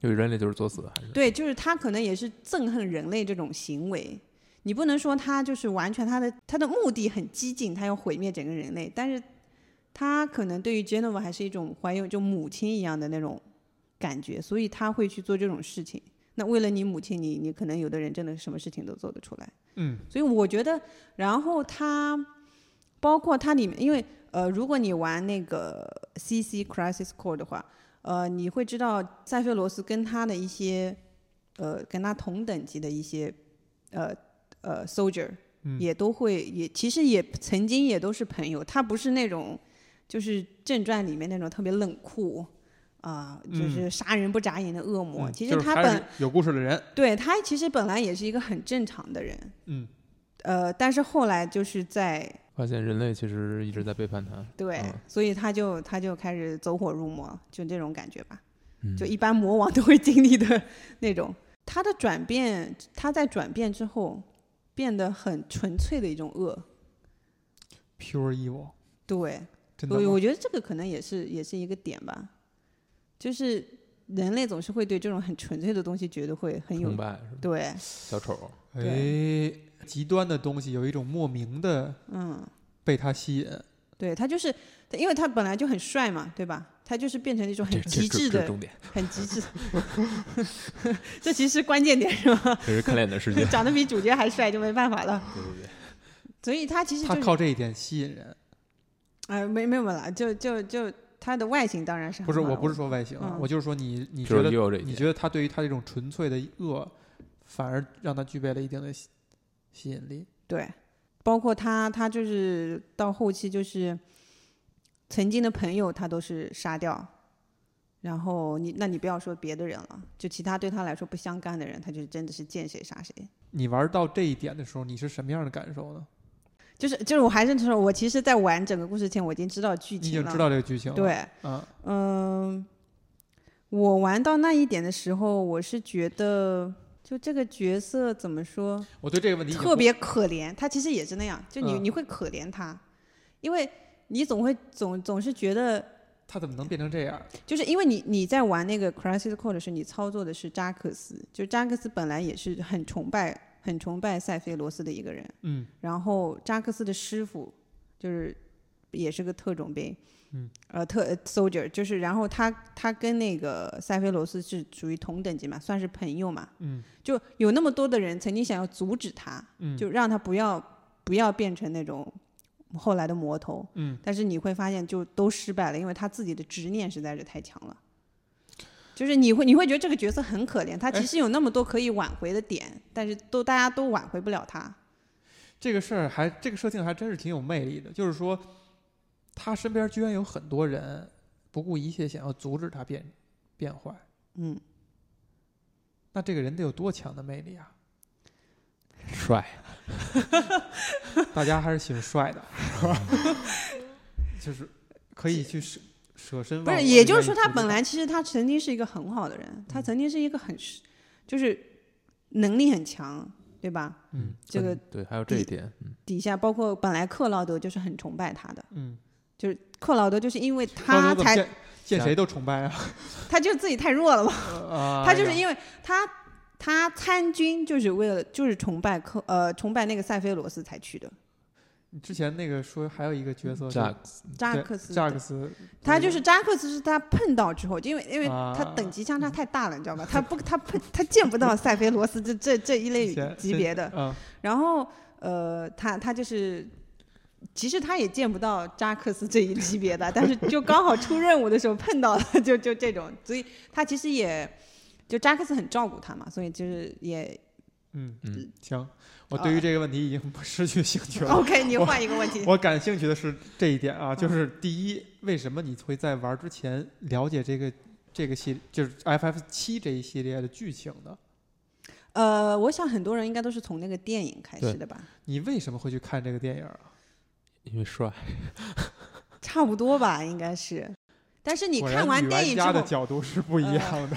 B: 就是人类就是作死，啊还是
A: 对，就是他可能也是憎恨人类这种行为。你不能说他就是完全他的他的目的很激进，他要毁灭整个人类，但是他可能对于 Genova 还是一种怀有就母亲一样的那种感觉，所以他会去做这种事情。那为了你母亲，你你可能有的人真的什么事情都做得出来。
C: 嗯，
A: 所以我觉得，然后他包括它里面，因为呃，如果你玩那个 CC Crisis Core 的话，呃，你会知道塞菲罗斯跟他的一些呃跟他同等级的一些呃呃 soldier
C: 嗯
A: 也都会也其实也曾经也都是朋友，他不是那种就是正传里面那种特别冷酷。啊、就是杀人不眨眼的恶魔。
C: 嗯
A: 其
C: 就
A: 实
C: 是
A: 他
C: 还
A: 本、
C: 是有故事的人，
A: 对他其实本来也是一个很正常的人，
C: 嗯，
A: 呃，但是后来就是在
B: 发现人类其实一直在背叛他。
A: 对，
B: 嗯
A: 所以他就他就开始走火入魔，就这种感觉吧，
B: 嗯
A: 就一般魔王都会经历的那种。他的转变，他在转变之后变得很纯粹的一种恶，
C: ，pure evil，
A: 对，
C: 真的
A: 我
C: 吗
A: 我觉得这个可能也是也是一个点吧，就是人类总是会对这种很纯粹的东西觉得会很有
B: 崇拜是吧
A: 对，
B: 小丑，
C: 哎，极端的东西有一种莫名的
A: 嗯，
C: 被它吸引，
A: 对他就是，因为他本来就很帅嘛，对吧？他就是变成一种很
B: 这
A: 极
B: 这
A: 致
B: 这
A: 的
B: 重点，
A: 很极致，这其实是关键点是吧？。
B: 这是看脸的世界
A: 长得比主角还帅就没办法了。
B: 对对对，
A: 所以他其实
C: 它
A: 就是，
C: 靠这一点吸引人。
A: 哎，没没有了，就就就他的外形当然是很
C: 不是，
A: 好
C: 我
A: 了
C: 不是说外形啊，
A: 嗯
C: 我就是说你你
B: 就
C: 觉
B: 是
C: 得
B: 也有这一
C: 你
B: 点。
C: 觉得他对于他这种纯粹的恶，反而让他具备了一定的吸吸引力？
A: 对，包括他他就是到后期就是曾经的朋友他都是杀掉，然后你那你不要说别的人了，就其他对他来说不相干的人，他就是真的是见谁杀谁。
C: 你玩到这一点的时候，你是什么样的感受呢？
A: 就是就是，我还是说，我其实，在玩整个故事前，我已经知道剧
C: 你已
A: 情
C: 经
A: 了。
C: 知道这个剧情了，
A: 对，
C: 啊，
A: 嗯，我玩到那一点的时候，我是觉得，就这个角色怎么说，
C: 我对这个问题已经
A: 特别可怜。他其实也是那样，就你、
C: 嗯
A: 你会可怜他，因为你总会总总是觉得，
C: 不，他怎么能变成这样？
A: 就是因为你你在玩那个 Crisis Core 的时候，你操作的是扎克斯，就扎克斯本来也是很崇拜很崇拜塞菲罗斯的一个人，
C: 嗯，
A: 然后扎克斯的师傅就是也是个特种兵，
C: 嗯，
A: 呃，特呃 soldier，就是然后他他跟那个塞菲罗斯是属于同等级嘛，算是朋友嘛，
C: 嗯，
A: 就有那么多的人曾经想要阻止他，
C: 嗯
A: 就让他不要不要变成那种后来的魔头，
C: 嗯，
A: 但是你会发现就都失败了，因为他自己的执念实在是太强了。就是你会你会觉得这个角色很可怜，他其实有那么多可以挽回的点，但是都大家都挽回不了他。
C: 这个事儿还这个设定还真是挺有魅力的，就是说，他身边居然有很多人不顾一切想要阻止他变变坏，
A: 嗯，
C: 那这个人得有多强的魅力啊！
B: 帅，
C: 大家还是喜欢帅的，就是可以去舍舍身忘
A: 不
C: 我
A: 是，
C: 的
A: 也就是说，
C: 愿意
A: 他
C: 去
A: 本来其实他曾经是一个很好的人，
C: 嗯
A: 他曾经是一个很是，就是能力很强，对吧？
C: 嗯
A: 这个
B: 对，还有这一点，嗯，
A: 底下包括本来克劳德就是很崇拜他的，
C: 嗯，
A: 就是克劳德就是因为
C: 高德
A: 他
C: 怎么
A: 才
C: 变见谁都崇拜啊！
A: 他就自己太弱了吧？
C: 啊，
A: 呃他就是
C: 哎呀
A: 因为他他参军就是为了就是崇拜科呃崇拜那个塞菲罗斯才去的
C: 之前那个说还有一个角色
B: 扎
A: 扎克斯
C: 斯，扎克斯，
A: 他就是扎克斯是他碰到之后，因为因为他
C: 啊
A: 等级相差太大了，你知 道吗？他不他碰他见不到塞菲罗斯这这这一类
C: 之前
A: 级别的，
C: 嗯，
A: 然后呃，他他就是，其实他也见不到扎克斯这一级别 的，但是就刚好出任务的时候碰到了，就就这种，所以他其实也就扎克斯很照顾他嘛，所以就是也
C: 嗯
B: 嗯，
C: 行，我
A: 啊
C: 对于这个问题已经不失去兴趣了。
A: OK。你换一个问题，
C: 我感兴趣的是这一点
A: 嗯
C: 啊，就是第一，为什么你会在玩之前了解这个这个系，就是 FF 七这一系列的剧情呢？
A: 呃，我想很多人应该都是从那个电影开始
B: 对
A: 的吧，
C: 你为什么会去看这个电影啊？
B: 因为帅，
A: 差不多吧，应该是。但是你
C: 果
A: 看
C: 然
A: 完
C: 女
A: 电
C: 玩
A: 影之
C: 家
A: 后嗯
C: 的，角度是不一样的。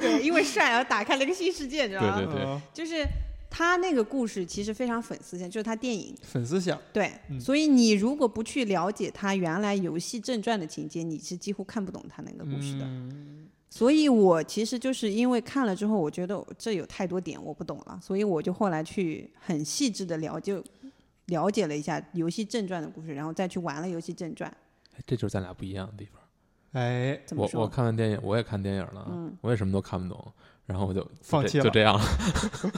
A: 对，因为帅而打开了一个新世界，你知道吗？
B: 对对对
C: 嗯
A: 就是他那个故事其实非常粉丝线，就是他电影
C: 粉丝想，
A: 对，
C: 嗯
A: 所以你如果不去了解他原来游戏正传的情节，你是几乎看不懂他那个故事的。
C: 嗯，
A: 所以我其实就是因为看了之后，我觉得这有太多点我不懂了，所以我就后来去很细致的了解了解了一下游戏正传的故事，然后再去玩了游戏正传。
B: 哎这就是咱俩不一样的地方。
C: 哎，
A: 怎么
B: 我我
A: 说？
B: 看完电影，我也看电影了，我也什么都看不懂，然后我就
C: 放
B: 就
C: 弃了
B: 这就这样了。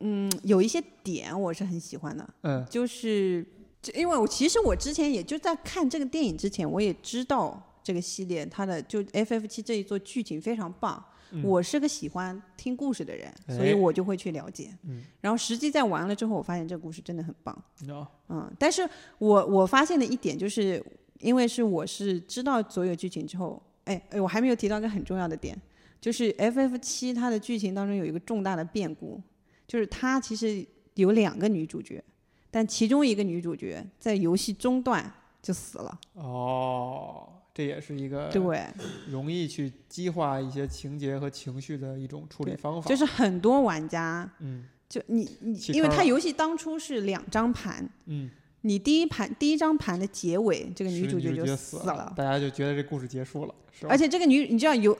A: 嗯，有一些点我是很喜欢的，
C: 嗯
A: 就是这因为我其实我之前也就在看这个电影之前，我也知道这个系列它的就 F F 七这一座剧情非常棒。
C: 嗯
A: 我是个喜欢听故事的人，所以
C: 哎
A: 我就会去了解。
C: 嗯
A: 然后实际在玩了之后，我发现这个故事真的很棒。
C: ，no，
A: 嗯，但是我我发现的一点就是，因为是我是知道所有剧情之后，哎哎，我还没有提到一个很重要的点，就是 F F 七它的剧情当中有一个重大的变故，就是它其实有两个女主角，但其中一个女主角在游戏中段就死了，
C: 哦，这也是一个
A: 对，
C: 容易去激化一些情节和情绪的一种处理
A: 对
C: 方法。
A: 就是很多玩家
C: 嗯
A: 就你你，
C: 弃
A: 因为
C: 坑
A: 它
C: 了
A: 游戏当初是两张盘，
C: 嗯，
A: 你第一盘第一张盘的结尾，这个女
C: 是
A: 主角
C: 就
A: 就
C: 死
A: 了，
C: 大家就觉得这故事结束了，是吧？
A: 而且这个女，你知道有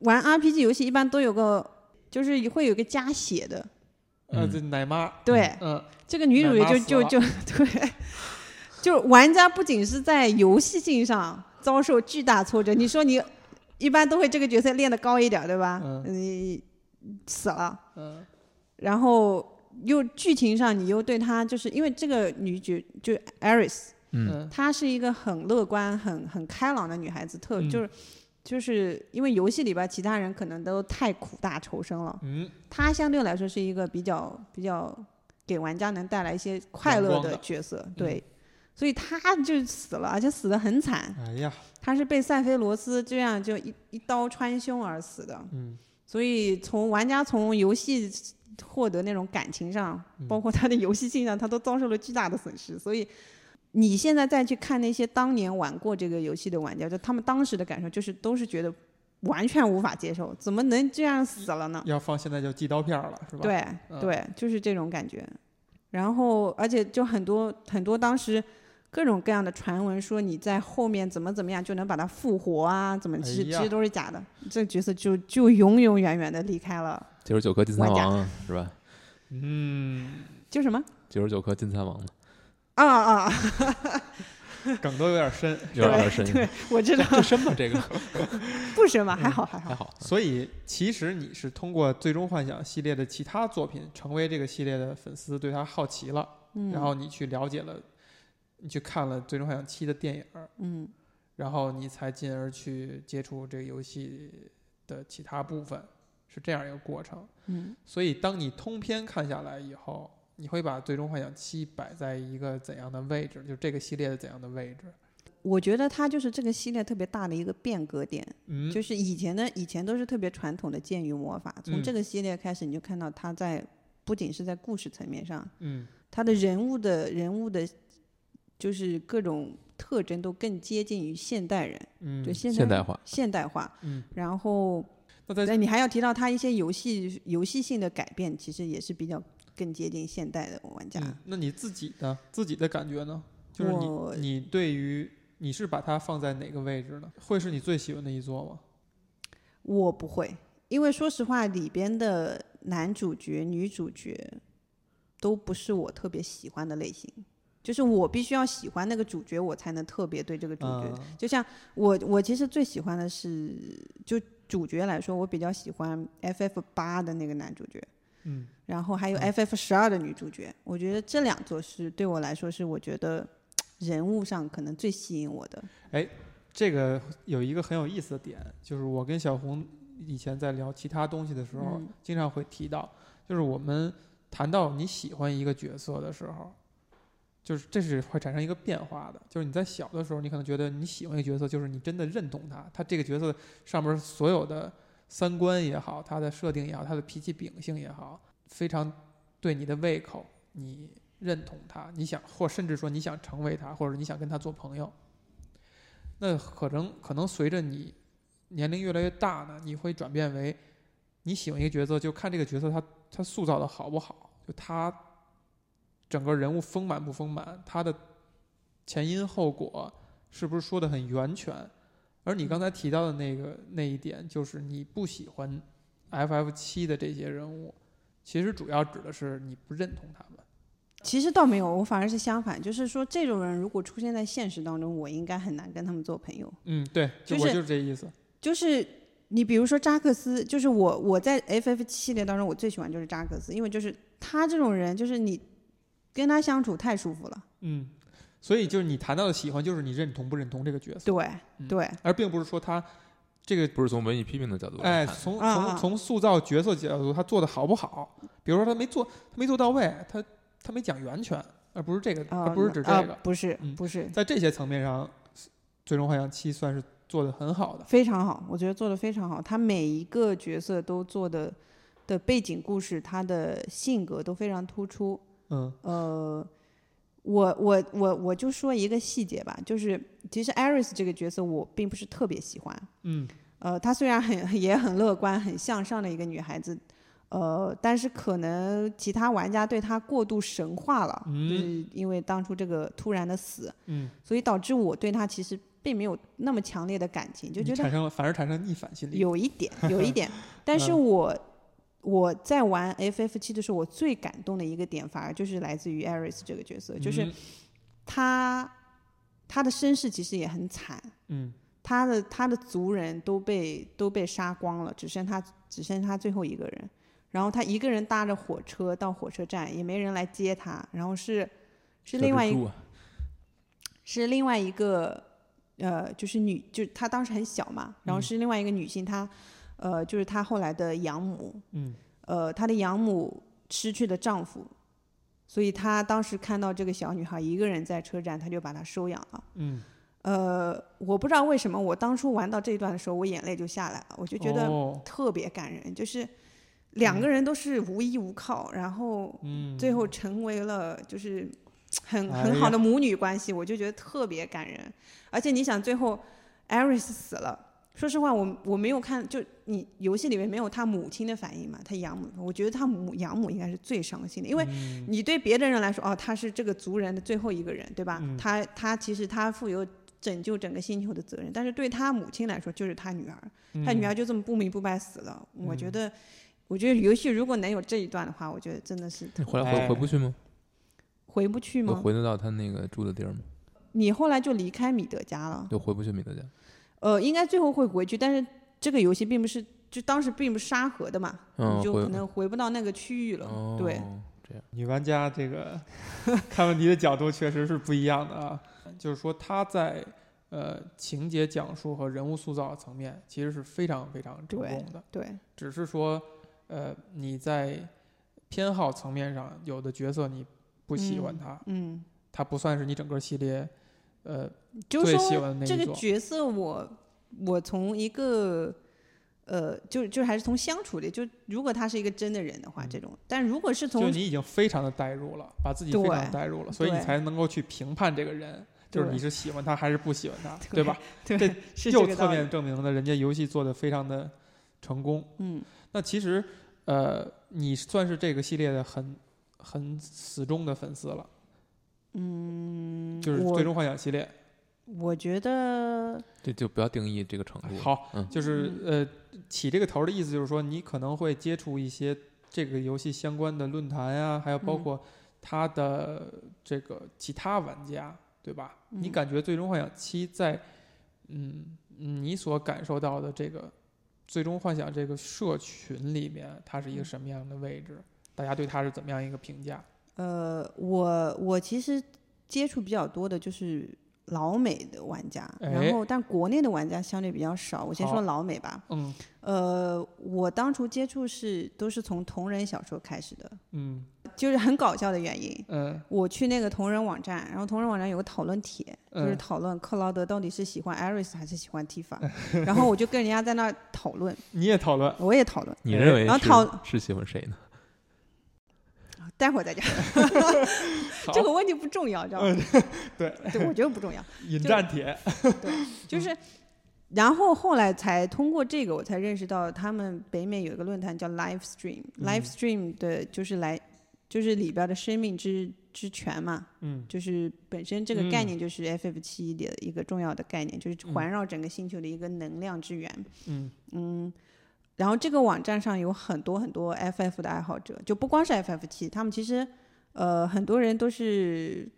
A: 玩 RPG 游戏一般都有个，就是会有一个加血的，
C: 呃，
B: 嗯
C: 这奶妈，
A: 对，
C: 嗯，啊
A: 这个女主角
C: 奶妈
A: 就就就对，就玩家不仅是在游戏性上遭受巨大挫折，你说你一般都会这个角色练得高一点，对吧？
C: 嗯
A: 你死了，
C: 嗯
A: 然后又剧情上你又对她，就是因为这个女主就 Iris，
B: 嗯，
C: 嗯
A: 她是一个很乐观、很很开朗的女孩子，特、
C: 嗯
A: 就是就是因为游戏里边其他人可能都太苦大仇深了，
C: 嗯，
A: 她相对来说是一个比较比较给玩家能带来一些快乐
C: 阳光的嗯
A: 角色，对，所以她就死了，而且死得很惨，
C: 哎呀，
A: 她是被塞菲罗斯这样就一一刀穿胸而死的，
C: 嗯
A: 所以从玩家从游戏获得那种感情上，包括他的游戏性上，他都遭受了巨大的损失。所以你现在再去看那些当年玩过这个游戏的玩家，就他们当时的感受，就是都是觉得完全无法接受，怎么能这样死了呢？
C: 要放现在就寄刀片儿了，是吧？，
A: 对
C: 嗯
A: 对，就是这种感觉。然后，而且就很多很多当时各种各样的传闻说你在后面怎么怎么样就能把它复活啊，怎么其实
C: 哎
A: 其
C: 呀
A: 实都是假的。这个角色就就永永远远的离开了。
B: 九十九颗金蚕
A: 玩家
B: 王啊是吧？
C: 嗯，
A: 就什么
B: 九十九颗金 蚕王嘛，
A: 啊啊，
C: 梗都有点深，
B: 有点儿深，
A: 对，我知道，
B: 这深吗？ 这个
A: 不深吧？
C: 嗯
A: 还好还
B: 还
A: 好。
B: 好，
C: 所以其实你是通过《最终幻想》系列的其他作品，成为这个系列的粉丝，对他好奇了，
A: 嗯，
C: 然后你去了解了，你去看了《最终幻想七》的电影儿，
A: 嗯，
C: 然后你才进而去接触这个游戏的其他部分，是这样一个过程。
A: 嗯，
C: 所以当你通篇看下来以后，你会把《最终幻想七》摆在一个怎样的位置？就这个系列的怎样的位置？
A: 我觉得它就是这个系列特别大的一个变革点，
C: 嗯，
A: 就是以前的以前都是特别传统的剑与魔法，从
C: 嗯
A: 这个系列开始，你就看到它在不仅是在故事层面上，
C: 嗯
A: 它的人物的人物的，就是各种特征都更接近于现代人，
C: 嗯，
A: 对现代
B: 现代化，
A: 现代化。
C: 嗯，
A: 然后，
C: 那在
A: 对你还要提到它一些游戏游戏性的改变，其实也是比较更接近现代的玩家。
C: 嗯，那你自己的自己的感觉呢？就是
A: 我
C: 你你对于你是把它放在哪个位置呢？会是你最喜欢的一座吗？
A: 我不会，因为说实话，里边的男主角、女主角都不是我特别喜欢的类型。就是我必须要喜欢那个主角，我才能特别对这个主角。
C: 嗯
A: 就像我，我其实最喜欢的是，就主角来说，我比较喜欢 F F 八的那个男主角，
C: 嗯
A: 然后还有 F F 十二的女主角。我觉得这两座是对我来说是我觉得人物上可能最吸引我的。
C: 这个有一个很有意思的点，就是我跟小红以前在聊其他东西的时候，
A: 嗯
C: 经常会提到，就是我们谈到你喜欢一个角色的时候，就是这是会产生一个变化的。就是你在小的时候，你可能觉得你喜欢一个角色，就是你真的认同他，他这个角色上面所有的三观也好，他的设定也好，他的脾气秉性也好，非常对你的胃口，你认同他，你想或甚至说你想成为他，或者你想跟他做朋友。那可能可能随着你年龄越来越大呢，你会转变为你喜欢一个角色，就看这个角色他他塑造的好不好，就他整个人物丰满不丰满，他的前因后果是不是说的很圆全。而你刚才提到的那个那一点，就是你不喜欢 FF 七的这些人物，其实主要指的是你不认同他们。
A: 其实倒没有，我反而是相反，就是说这种人如果出现在现实当中，我应该很难跟他们做朋友。
C: 嗯，对，就
A: 就是
C: 我就是这意思。
A: 就是你比如说扎克斯，就是我我在 FF 系列当中我最喜欢就是扎克斯，因为就是他这种人，就是你跟他相处太舒服了。
C: 嗯，所以就是你谈到的喜欢，就是你认同不认同这个角色。
A: 对
C: 嗯
A: 对，
C: 而并不是说他这个，
B: 不是从文艺批评的角度
C: 哎，
B: 来看，
C: 从
A: 啊
C: 从
A: 啊
C: 从塑造角色角度，他做的好不好？比如说他没做，他没做到位，他他没讲圆全，而不是这个，
A: 啊
C: 而不是指这
A: 啊
C: 个，
A: 不是
C: 嗯
A: 不是，
C: 在这些层面上，《最终幻想七》算是做的很好的。
A: 非常好，我觉得做的非常好，他每一个角色都做的的背景故事，他的性格都非常突出。
C: 嗯
A: 呃，我我我我就说一个细节吧，就是其实艾瑞斯这个角色我并不是特别喜欢，
C: 嗯
A: 呃，她虽然很 也很乐观、很向上的一个女孩子，呃，但是可能其他玩家对她过度神化了，
C: 嗯
A: 就是因为当初这个突然的死，
C: 嗯，
A: 所以导致我对她其实并没有那么强烈的感情，就
C: 你
A: 觉得
C: 产生了，嗯反而产生逆反心理。
A: 有一点，有一 点。但是我我在玩 FF 七的时候，我最感动的一个点，反而就是来自于艾瑞斯这个角色，就是
C: 嗯
A: 她她的身世其实也很惨，
C: 嗯
A: 他的他的族人都被都被杀光了，只剩他只剩他最后一个人。然后他一个人搭着火车到火车站，也没人来接他。然后是是
B: 小
A: 另外
B: 蜘
A: 一
B: 蛛啊
A: 是另外一个呃，就是女，就她当时很小嘛。然
C: 嗯
A: 后是另外一个女性，她呃，就是她后来的养母，
C: 嗯
A: 呃，她的养母失去了丈夫，所以她当时看到这个小女孩一个人在车站，她就把她收养了。
C: 嗯，
A: 呃，我不知道为什么，我当初玩到这一段的时候，我眼泪就下来了，我就觉得
C: 哦
A: 特别感人，就是两个人都是无依无靠，然后
C: 嗯，
A: 最后成为了就是很、
C: 哎呀
A: 很好的母女关系，我就觉得特别感人。而且你想，最后艾瑞斯死了。说实话，我我没有看，就你游戏里面没有他母亲的反应嘛？他养母，我觉得他母养母应该是最伤心的，因为
C: 嗯
A: 你对别的人来说，哦，他是这个族人的最后一个人，对吧？
C: 嗯
A: 他他其实他负有拯救整个星球的责任，但是对他母亲来说，就是他女儿，
C: 嗯
A: 他女儿就这么不明不白死了。我觉得，我觉得游戏如果能有这一段的话，我觉得真的是
B: 你回来
C: 哎
B: 回回不去吗？
A: 回不去
B: 能
A: 吗？
B: 回得到他那个住的地儿吗？
A: 你后来就离开米德家了，
B: 就回不去米德家。
A: 呃，应该最后会回去，但是这个游戏并不是。就当时并不是沙盒的嘛，
B: 嗯
A: 你就
B: 回
A: 可能回不到那个区域了。
B: 哦，
A: 对，
C: 女玩家 这个看问题的角度确实是不一样的啊，就是说她在呃情节讲述和人物塑造层面其实是非常非常成
A: 对
C: 功的，
A: 对，
C: 只是说呃你在偏好层面上有的角色你不喜欢他，
A: 嗯，
C: 他不算是你整个系列呃
A: 就是
C: 最喜
A: 说
C: 欢的那
A: 这
C: 一
A: 个
C: 座
A: 角色我，我从一个呃，就就还是从相处的，就如果他是一个真的人的话，这种，但如果是
C: 嗯就
A: 从
C: 你已经非常的代入了，把自己非
A: 对
C: 常代入了，所以你
A: 对
C: 才能够去评判这个人，就是
A: 对
C: 你是喜欢他还是不喜欢他，对
A: 对
C: 吧？
A: 对
C: 这
A: 是
C: 又
A: 这个
C: 侧
A: 道理
C: 面，证明了人家游戏做的非常的成功。
A: 嗯，
C: 那其实，呃，你算是这个系列的很很死忠的粉丝了，
A: 嗯，
C: 就是《
A: 我
C: 最终幻想》系列。
A: 我觉得
B: 这就不要定义这个程度。
C: 好，
B: 嗯
C: 就是呃，起这个头儿的意思就是说，你可能会接触一些这个游戏相关的论坛啊，还有包
A: 嗯
C: 括它的这个其他玩家，对吧？你
A: 嗯
C: 感觉《最终幻想七》在嗯你所感受到的这个《最终幻想》这个社群里面，它是一个
A: 嗯
C: 什么样的位置？大家对它是怎么样一个评价？
A: 呃，我我其实接触比较多的就是老美的玩家，
C: 哎
A: 然后但国内的玩家相对比较少。我先
C: 好
A: 说老美吧，
C: 嗯
A: 呃，我当初接触是都是从同人小说开始的，
C: 嗯
A: 就是很搞笑的原因。
C: 嗯
A: 我去那个同人网站，然后同人网站有个讨论帖，就是
C: 嗯
A: 讨论克劳德到底是喜欢艾瑞斯还是喜欢蒂法， 然后我就跟人家在那儿讨论，
C: 你也讨论
A: 我也讨论，
B: 你认为
A: 然后
B: 是
A: 讨
B: 是喜欢谁呢？
A: 待会儿再讲，
C: 好嗯
A: 这个问题不重要，知道吗？
C: 对
A: 对，我觉得不重要。
C: 引
A: 就
C: 战帖，
A: 就是，然后后来才通过这个，我才认识到他们北美有一个论坛叫 Live Stream，Live、Live Stream 的就是来就是里边的生命之之泉嘛，
C: 嗯
A: 就是本身这个
C: 嗯
A: 概念就是 FF 七的一个重要的概念，就是
C: 嗯
A: 环绕整个星球的一个能量之源。
C: 嗯
A: 嗯，然后这个网站上有很多很多 FF 的爱好者，就不光是 FF 七，他们其实呃很多人都是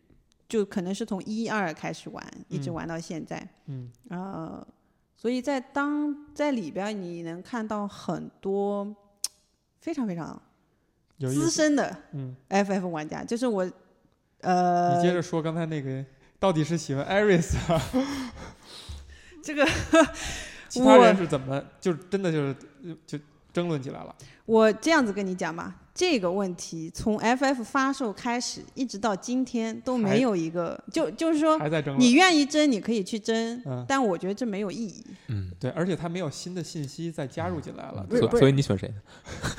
A: 就可能是从一二开始玩，一直
C: 嗯
A: 玩到现在。
C: 嗯
A: 呃，所以在当在里边儿你能看到很多非常非常
C: 有意
A: 资
C: 思，
A: 深的
C: 嗯。
A: FF 玩家，就是我，呃，
C: 你接着说刚才那个到底是喜欢 Iris 啊？
A: 这个
C: 其他人
A: 我
C: 是怎么就是真的就是呃就争论起来了？
A: 我这样子跟你讲吧，这个问题从 FF 发售开始一直到今天都
C: 还
A: 没有一个，就就是说
C: 还在争
A: 嗯你
C: 论。
A: 愿意争，你可以去争，
C: 嗯
A: 但我觉得这没有意义。
B: 嗯，
C: 对，而且他没有新的信息再加入进来了，
A: 不
C: 对
A: 是
B: 所
C: 吧
A: 嗯不？
B: 所以你喜欢谁呢？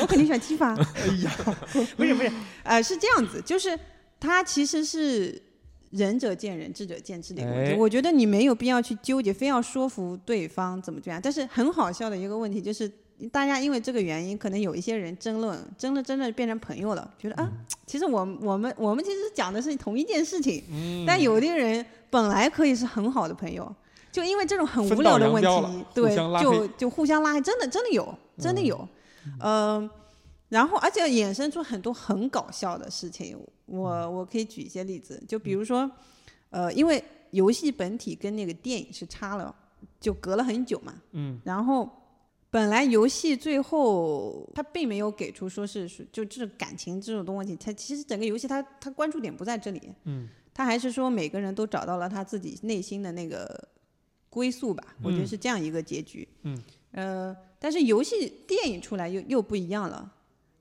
A: 我肯定选 Tifa。
C: 哎呀，
A: 不是不是，呃，是这样子，就是它其实是仁者见仁，智者见智的一个问题。
C: 哎
A: 我觉得你没有必要去纠结，非要说服对方怎么这样。但是很好笑的一个问题就是，大家因为这个原因，可能有一些人争论，争论争论变成朋友了，觉得啊，
C: 嗯
A: 其实我们我们我们其实讲的是同一件事情，
C: 嗯
A: 但有的人本来可以是很好的朋友。就因为这种很
C: 分
A: 无聊
C: 道
A: 的
C: 扬
A: 问
C: 镳了
A: 题，对
C: 互相，拉黑
A: 就就互相拉黑，真的真的有，真的有，嗯、然后而且衍生出很多很搞笑的事情，
C: 嗯
A: 我我可以举一些例子，就比如说，呃，因为游戏本体跟那个电影是差了，就隔了很久嘛，
C: 嗯
A: 然后本来游戏最后它并没有给出说是是就这种感情这种东西，它其实整个游戏它它关注点不在这里，
C: 嗯
A: 它还是说每个人都找到了他自己内心的那个归宿吧，我觉得
C: 嗯
A: 是这样一个结局。
C: 嗯，
A: 呃，但是游戏电影出来又又不一样了，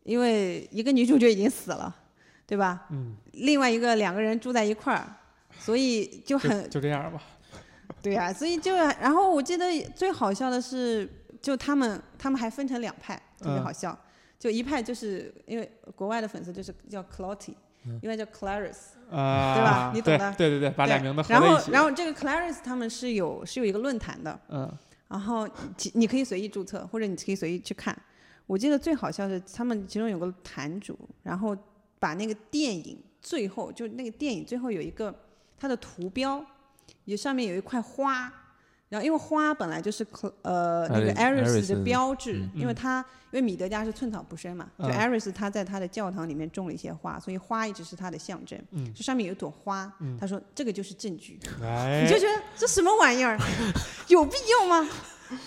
A: 因为一个女主角已经死了，对吧？
C: 嗯，
A: 另外一个两个人住在一块儿，所以就
C: 就
A: 很
C: 就这样吧。
A: 对呀、所以就然后我记得最好笑的是，就他们他们还分成两派，特别
C: 嗯
A: 好笑。就一派就是因为国外的粉丝就是叫 Clotty，、
B: 嗯
A: 一派叫 Clarice，
C: 啊，
A: 对吧你懂的
C: 对对对对，把俩
A: 对
C: 名字合
A: 然
C: 在一
A: 后
C: 起。
A: 然后这个 Clarice 他们是有是有一个论坛的，
C: 嗯
A: 然后其你可以随意注册，或者你可以随意去看。我记得最好笑的是他们其中有个坛主，然后把那个电影最后就那个电影最后有一个它的图标，有上面有一块花。然后，因为花本来就是 cl- 呃那个
B: Iris-
A: Iris
B: Iris 的
A: 的标志，
B: 嗯
A: 因为他因为米德加是寸草不生嘛，就
C: 嗯
A: Iris 他在他的教堂里面种了一些花，所以花一直是他的象征。
C: 嗯
A: 就上面有一朵花，
C: 嗯
A: 他说这个就是证据。
C: 哎
A: 你就觉得这什么玩意 儿，有必要吗？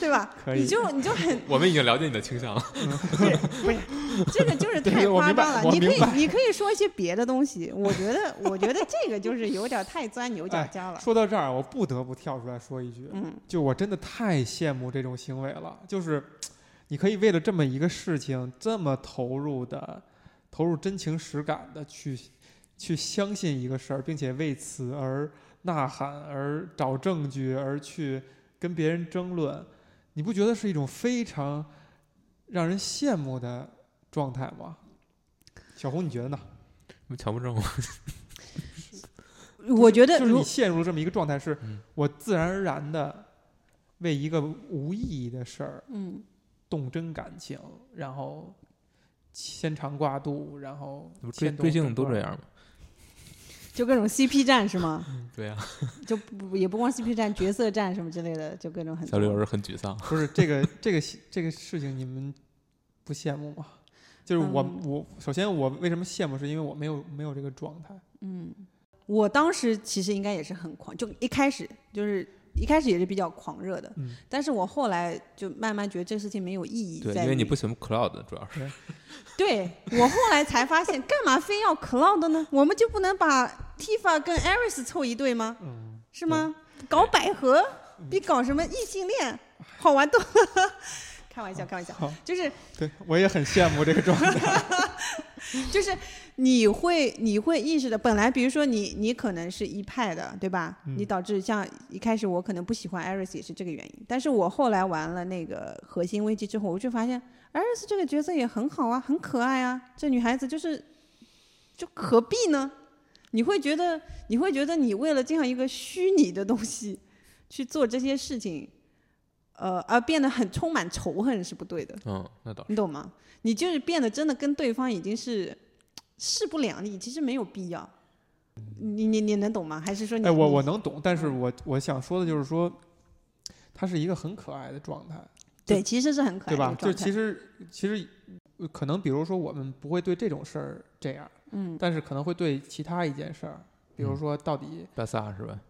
A: 对吧？
C: 可以
A: 你就你就很
B: 我们已经了解你的倾向了。
A: 这个就是
C: 对
A: 太
C: 我
A: 夸
C: 明白
A: 张了。
C: 我
A: 你可
C: 明
A: 以
C: 白
A: 你可以说一些别的东西，我觉得我觉得这个就是有点太钻牛角尖了。
C: 说到这儿，我不得不跳出来说一句，
A: 嗯
C: 就我真的太羡慕这种行为了，就是你可以为了这么一个事情，这么投入的、投入真情实感的去去相信一个事儿，并且为此而呐喊、而找证据、而去跟别人争论，你不觉得是一种非常让人羡慕的状态吗？小红，你觉得呢？
B: 瞧不正我，
A: 我觉得
C: 就是
A: 如
C: 你陷入这么一个状态，是
B: 嗯
C: 我自然而然的为一个无意义的事儿
A: 嗯，
C: 动真感情，然后牵肠挂肚，然后
B: 追
C: 牵动
B: 追
C: 整
B: 星都
C: 个
B: 这样吗？
A: 就各种 CP 战是吗？
B: 对
C: 啊
B: 呀、
A: 就不也不光 CP 战，角色战什么之类的，就各种很
B: 小
A: 多。
B: 刘老师很沮丧。
C: 不是这个这个这个事情，你们不羡慕吗？就是我、
A: 嗯
C: 我首先我为什么羡慕，是因为我没有没有这个状态。
A: 嗯，我当时其实应该也是很狂，就一开始就是一开始也是比较狂热的，
C: 嗯
A: 但是我后来就慢慢觉得这事情没有意义
B: 对，
A: 在于。
B: 因为你不喜欢 Cloud，主要是
A: 对我后来才发现，干嘛非要 Cloud 呢？我们就不能把 Tifa 跟 Eris 凑一对吗？
C: 嗯，
A: 是吗？搞百合比搞什么异性恋好玩多了。 开玩笑，开玩笑
C: 好，
A: 就是
C: 对我也很羡慕这个状 态。
A: 就是你会你会意识到，本来比如说你你可能是一派的，对吧？
C: 嗯
A: 你导致像一开始我可能不喜欢 Iris 也是这个原因，但是我后来玩了那个核心危机之后，我就发现 Iris 这个角色也很好啊，很可爱啊，这女孩子就是就何必呢？你会觉得你会觉得你为了这样一个虚拟的东西去做这些事情，呃，而变得很充满仇恨是不对的。
B: 嗯，那倒是。
A: 你懂吗？你就是变得真的跟对方已经是势不两立，其实没有必要。你你你能懂吗？还是说你？
C: 哎，我
A: 你
C: 我能懂，但
A: 嗯
C: 是我我想说的就是说，它是一个很可爱的状态，
A: 对，其实是很可爱
C: 对
A: 的
C: 吧
A: 一？
C: 就
A: 个状态
C: 其实其实呃可能比如说我们不会对这种事儿这样，
A: 嗯，
C: 但是可能会对其他一件事儿，比如说到底、
B: 巴萨是吧？还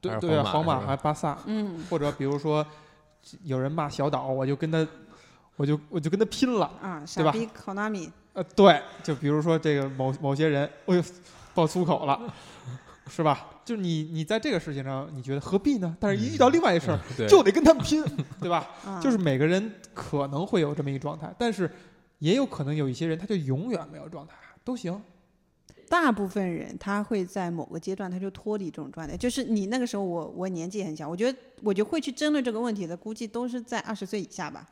C: 对
B: 嗯是
C: 对啊，皇
B: 皇马
C: 马
B: 是吧
C: 还巴萨，
A: 嗯
C: 或者比如说有人骂小岛，我就跟他，我就我就跟他拼了。
A: 啊，
C: 对
A: 傻
C: 吧
A: 逼 Konami，
C: 呃，对，就比如说这个某某些人，哎呦，爆粗口了，是吧？就你你在这个事情上，你觉得何必呢？但是一遇到另外一事儿，
B: 嗯对，
C: 就得跟他们拼，对吧？
A: 啊
C: 就是每个人可能会有这么一状态，但是也有可能有一些人他就永远没有状态，都行。
A: 大部分人他会在某个阶段他就脱离这种状态。就是你那个时候我，我年纪很小，我觉得我觉得会去争论这个问题的，估计都是在二十岁以下吧。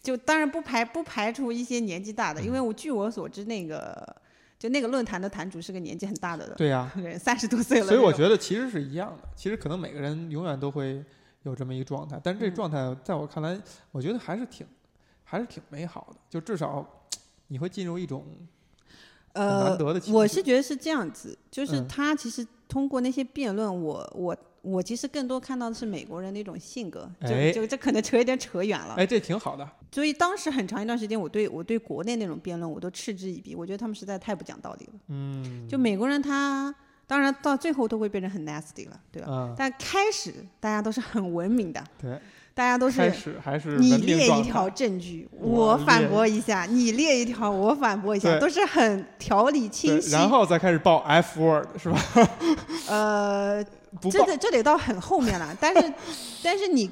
A: 就当然不排不排除一些年纪大的，因
C: 嗯
A: 为我据我所知，那个就那个论坛的坛主是个年纪很大的人
C: 对呀、
A: 人三十多岁了那种，
C: 所以我觉得其实是一样的，其实可能每个人永远都会有这么一状态，但是这
A: 嗯
C: 状态在我看来，我觉得还是挺还是挺美好的，就至少你会进入一种很难
A: 呃，
C: 得的情绪。
A: 我是觉得是这样子，就是
C: 嗯
A: 他其实通过那些辩论，我我我其实更多看到的是美国人的一种性格，
C: 哎
A: 就就这可能扯有点扯远了。
C: 哎，这挺好的，
A: 所以当时很长一段时间，我对我对国内那种辩论我都嗤之以鼻，我觉得他们实在太不讲道理了。
C: 嗯，
A: 就美国人他当然到最后都会变成很 nasty 了，对吧？
C: 啊，
A: 但开始大家都是很文明的，
C: 对，
A: 大家都
C: 开
A: 是
C: 始还是
A: 你
C: 文明
A: 列一
C: 状
A: 条
C: 态，
A: 证据，
C: 我
A: 我反
C: 列
A: 驳一下；你列一条，我反驳一下，
C: 对
A: 都是很条理清
C: 对
A: 晰。
C: 然后再开始报 F word 是吧？
A: 呃，
C: 不
A: 这
C: 报，
A: 得这得到很后面了，但是但是你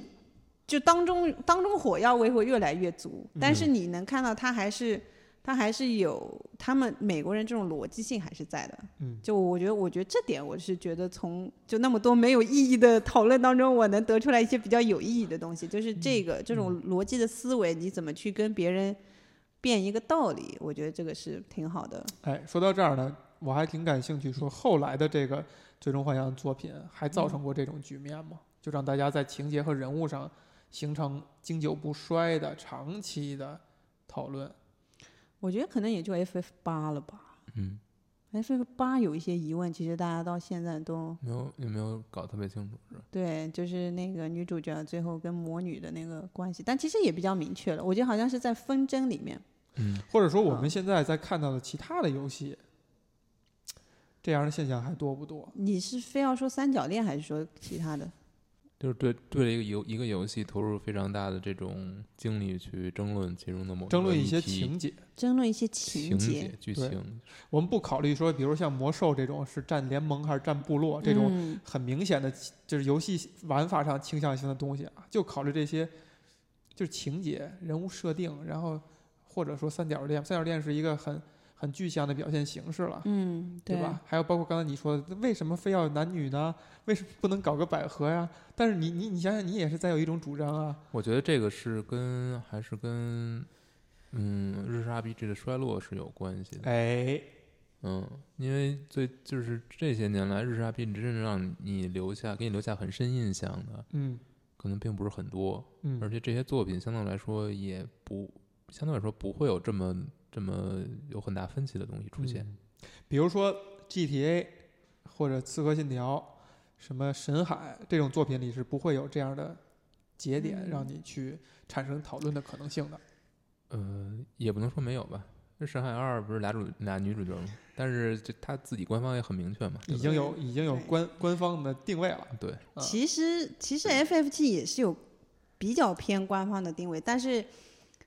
A: 就当中当中火药味会越来越足，
C: 嗯
A: 但是你能看到他还是他还是有他们美国人这种逻辑性还是在的，
C: 嗯，
A: 就我觉得我觉得这点我是觉得从就那么多没有意义的讨论当中，我能得出来一些比较有意义的东西，
C: 嗯
A: 就是这个、这种逻辑的思维，你怎么去跟别人辩一个道理，我觉得这个是挺好的，
C: 哎，说到这儿呢，我还挺感兴趣，说后来的这个《最终幻想》作品还造成过这种局面吗？就让大家在情节和人物上形成经久不衰的长期的讨论。
A: 我觉得可能也就 FF 八了吧。
B: 嗯，
A: F 八有一些疑问，其实大家到现在
C: 嗯
A: 都
B: 没有也没有搞特别清楚，是吧？
A: 对，就是那个女主角最后跟魔女的那个关系，但其实也比较明确了。我觉得好像是在纷争里面，
B: 嗯，
C: 或者说，我们现在在看到的其他的游戏，这样的现象还多不多？
A: 你是非要说三角恋还是说其他的？
B: 就是对对一个游一个游戏投入非常大的这种精力去争论其中的某
C: 争论
B: 一
C: 一
B: 个
C: 些
B: 议题
C: 情节，
A: 争论一些情
B: 情节剧
C: 对
B: 情，
C: 我们不考虑说，比如像魔兽这种是占联盟还是占部落这种
A: 嗯
C: 很明显的，就是游戏玩法上倾向性的东西啊，就考虑这些，就是情节、人物设定，然后或者说三角恋，三角恋是一个很很具象的表现形式了，
A: 嗯，
C: 对吧？？还有包括刚才你说的，为什么非要男女呢？为什么不能搞个百合呀？但是你你你想想，你也是在有一种主张啊，
B: 我觉得这个是跟还是跟嗯日式 RPG 的衰落是有关系的。
C: 哎，
B: 嗯，因为最就是这些年来日式 RPG 真正让你留下给你留下很深印象的，
C: 嗯
B: 可能并不是很多，而
C: 嗯，
B: 且这些作品相对来说也不相对来说不会有这
C: 嗯
B: 么这么有很大分歧的东西出现。
C: 嗯比如说 GTA，或者《刺客信条》、什么《神海》这种作品里是不会有这样的节点
A: 嗯
C: 让你去产生讨论的可能性的。
B: 呃，也不能说没有吧。那《神海二》不是俩主俩女主角吗？但是这他自己官方也很明确嘛，对
C: 已
B: 吧
C: 经有已经有
A: 对
C: 官官方的定位了，
B: 对，
C: 啊
A: 其实其
C: 嗯
A: 实 FF 七也是有比较偏官方的定位，但是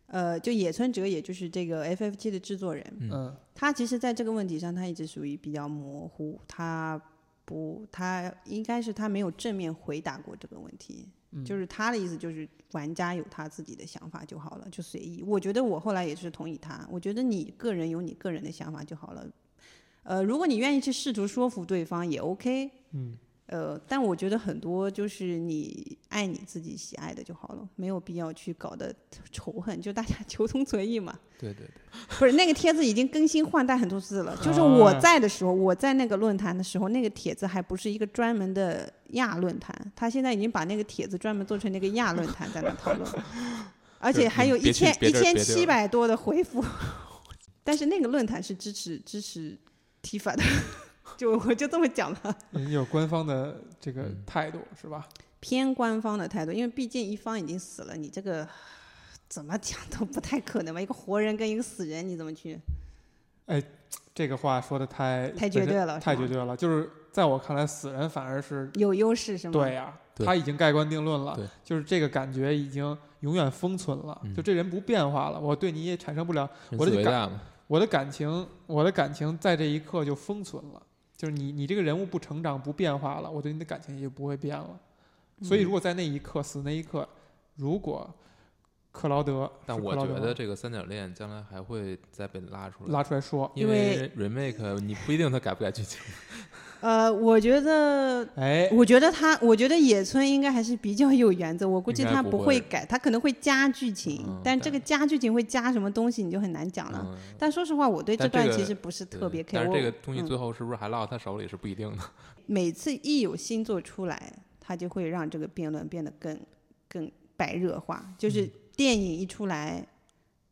A: 呃，就野村哲也就是这个 FF 七的制作人，
B: 嗯
C: 嗯
A: 他其实在这个问题上他一直属于比较模糊，他不他应该是他没有正面回答过这个问题，
C: 嗯
A: 就是他的意思就是玩家有他自己的想法就好了，就随意。我觉得我后来也是同意他，我觉得你个人有你个人的想法就好了。呃，如果你愿意去试图说服对方也 OK，
C: 嗯，
A: 呃，但我觉得很多就是你爱你自己喜爱的就好了，没有必要去搞得仇恨，就大家 求同存异嘛。
B: 对对对，
A: 不是那个帖子已经更新换代很多次了，就是
C: 啊
A: 我在的时候，我在那个论坛的时候，那个帖子还不是一个专门的亚论坛，他现在已经把那个帖子专门做成那个亚论坛在那讨论，而且还有
B: 别
A: 一
B: 去
A: 千
B: 别
A: 一
B: 地儿
A: 千
B: 别地
A: 七
B: 儿
A: 百多的回复，但是那个论坛是支持支持 Tifa 的， 就我就这么讲吧。
C: 人家有官方的这个
B: 嗯
C: 态度是吧？
A: 偏官方的态度，因为毕竟一方已经死了，你这个怎么讲都不太可能吧？一个活人跟一个死人，你怎么去？
C: 这个话说的太
A: 太绝对了
C: 太
A: 是吗
C: 绝对了。就是在我看来，死人反而是
A: 有优势是吗？
C: 对，呀、
B: 对
C: 他已经盖棺定论了
B: 对，
C: 就是这个感觉已经永远封存了，
B: 嗯
C: 就这人不变化了，我对你也产生不了
B: 人
C: 我
B: 自
C: 得
B: 为
C: 感
B: 大嘛，
C: 我的感情，我的感情在这一刻就封存了，就是你你这个人物不成长不变化了，我对你的感情也就不会变了。所以如果在那一刻死那一刻，如果克劳德，
B: 但
C: 是
B: 我
C: 克劳
B: 觉
C: 德
B: 得
C: 吗
B: 这个三角恋将来还会再被拉出来，
C: 拉出来说，
B: 因
A: 因为
B: 为 remake 你不一定他改不改剧情，
A: 呃，我觉得。
C: 哎，
A: 我觉得他，我觉得野村应该还是比较有原则。我估计
B: 应该
A: 他
B: 不
A: 不
B: 会
A: 会改，他可能会加剧情，
B: 嗯
A: 但
B: 但
A: 这个加剧情会加什么东西，你就很难讲了。
B: 嗯，
A: 但说实话，我对这
B: 但这
A: 段
B: 个
A: 其实不是特别
B: 对
A: care。
B: 但是这个
A: 我
B: 东西
A: 嗯
B: 最后是不是还落到他手里是不一定的，
A: 每次一有新作出来，它就会让这个辩论变得更更白热化。
B: 嗯
A: 就是电影一出来，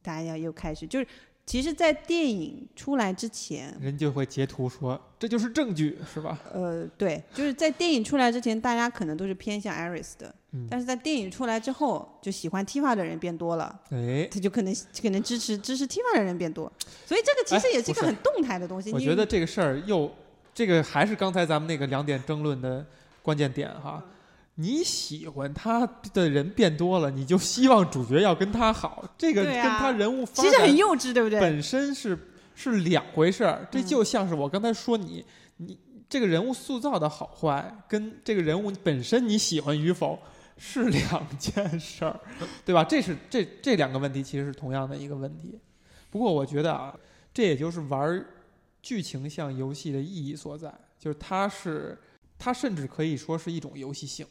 A: 大家又开始就是，其实，在电影出来之前，
C: 人就会截图说这就是证据，是吧？
A: 呃，对，就是在电影出来之前，大家可能都是偏向 Iris 的，
C: 嗯
A: 但是在电影出来之后，就喜欢 Tifa 的人变多了。
C: 哎，
A: 他就可能可能支持支持 Tifa 的人变多，所以这个其实也是一个
C: 哎不是
A: 很动态的东西。
C: 我
A: 你
C: 觉得这个事儿又，这个还是刚才咱们那个两点争论的关键点哈。你喜欢他的人变多了，你就希望主角要跟他好，这个
A: 对
C: 跟
A: 啊
C: 他人物发
A: 其实
C: 展
A: 很幼稚，对不对？
C: 本身是是两回事儿。这就像是我刚才说你，
A: 嗯
C: 你这个人物塑造的好坏，跟这个人物本身你喜欢与否是两件事儿，对吧？这是这这两个问题其实是同样的一个问题。不过我觉得啊，这也就是玩儿剧情向游戏的意义所在，就是它是它甚至可以说是一种游戏性。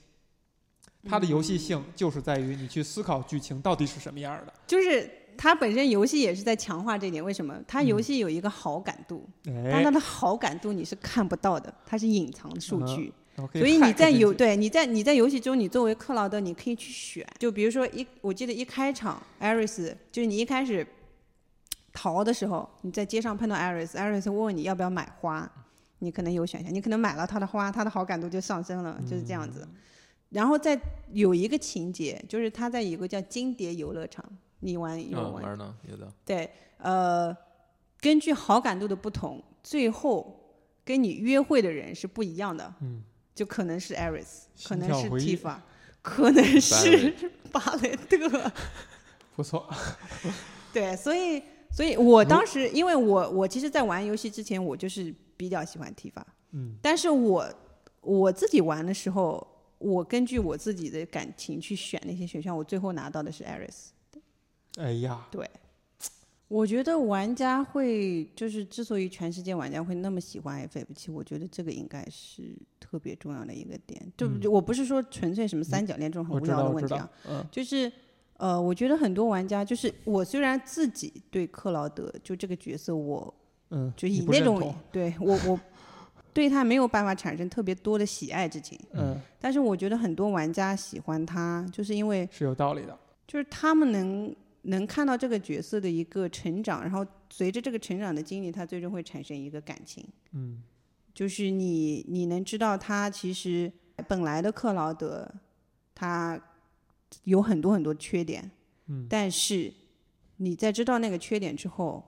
C: 它的游戏性
A: 嗯
C: 就是在于你去思考剧情到底是什么样儿
A: 就是它本身游戏也是在强化这一点。为什么？它游
C: 嗯
A: 戏有一个好感度，
C: 的。
A: 但
C: 哎
A: 它，的好感度你是看不到的，它是隐藏的数
C: 嗯
A: 据。
C: 然后可
A: 所以你
C: hack
A: 在
C: 进
A: 游
C: 去
A: 对你在你在游戏中，你作为克劳德，你可以去选。就比如说一，我记得一开场艾瑞斯，就是你一开始逃的时候，你在街上碰到艾瑞斯，艾瑞斯问你要不要买花，你可能有选项，你可能买了他的花，他的好感度就上升了，就是这样子。然后再有一个情节，就是他在有个叫金蝶游乐场，你玩有
B: 嗯，
A: 玩
B: 玩呢有的，
A: 对，呃，根据好感度的不同，最后跟你约会的人是不一样的。
C: 嗯，
A: 就可能是 Iris，可
C: 心
A: 能
C: 跳
A: 是
C: 回忆
A: Tifa，可能
B: Barrett
A: 是巴雷特。
C: 不错，
A: 对，所以，所以我
C: 嗯
A: 当时，因为我我其实，在玩游戏之前，我就是比较喜欢 Tifa，
C: 嗯，
A: 但是我我自己玩的时候，我根据我自己的感情去选那些选项，我最后拿到的是 Iris。
C: 哎呀，
A: 对，我觉得玩家会就是之所以全世界玩家会那么喜欢 FF 七，我觉得这个应该是特别重要的一个点。对不、我不是说纯粹什么三角恋这种很
C: 我
A: 无
C: 知
A: 聊
C: 道，
A: 的
C: 嗯我
A: 问题
C: 知道
A: 啊，，
C: 嗯，
A: 就是。呃，我觉得很多玩家就是我，虽然自己对克劳德就这个角色我，
C: 嗯，
A: 就
C: 你
A: 以
C: 不
A: 那
C: 认
A: 种
C: 同，
A: 对我我对他没有办法产生特别多的喜爱之情，
C: 嗯，
A: 但是我觉得很多玩家喜欢他，就是因为
C: 是有道理的，
A: 就是他们能能看到这个角色的一个成长，然后随着这个成长的经历，他最终会产生一个感情。
C: 嗯，
A: 就是你你能知道他其实呃本来的克劳德他有很多很多缺点，
C: 嗯
A: 但是你在知道那个缺点之后，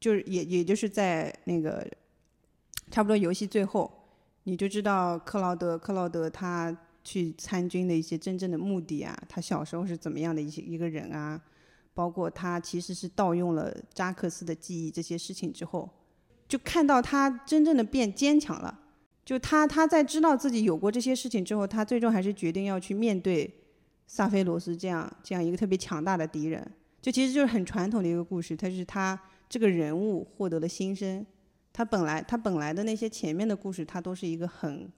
A: 就是也也就是在那个差不多游戏最后，你就知道克劳德克劳德他去参军的一些真正的目的啊，他小时候是怎么样的一些一个人啊，包括他其实是盗用了扎克斯的记忆这些事情之后，就看到他真正的变坚强了。就他他在知道自己有过这些事情之后，他最终还是决定要去面对萨菲罗斯这样这样一个特别强大的敌人。就其实就是很传统的一个故事，它是他这个人物获得了新生。他本来他本来的那些前面的故事，他都是一个很，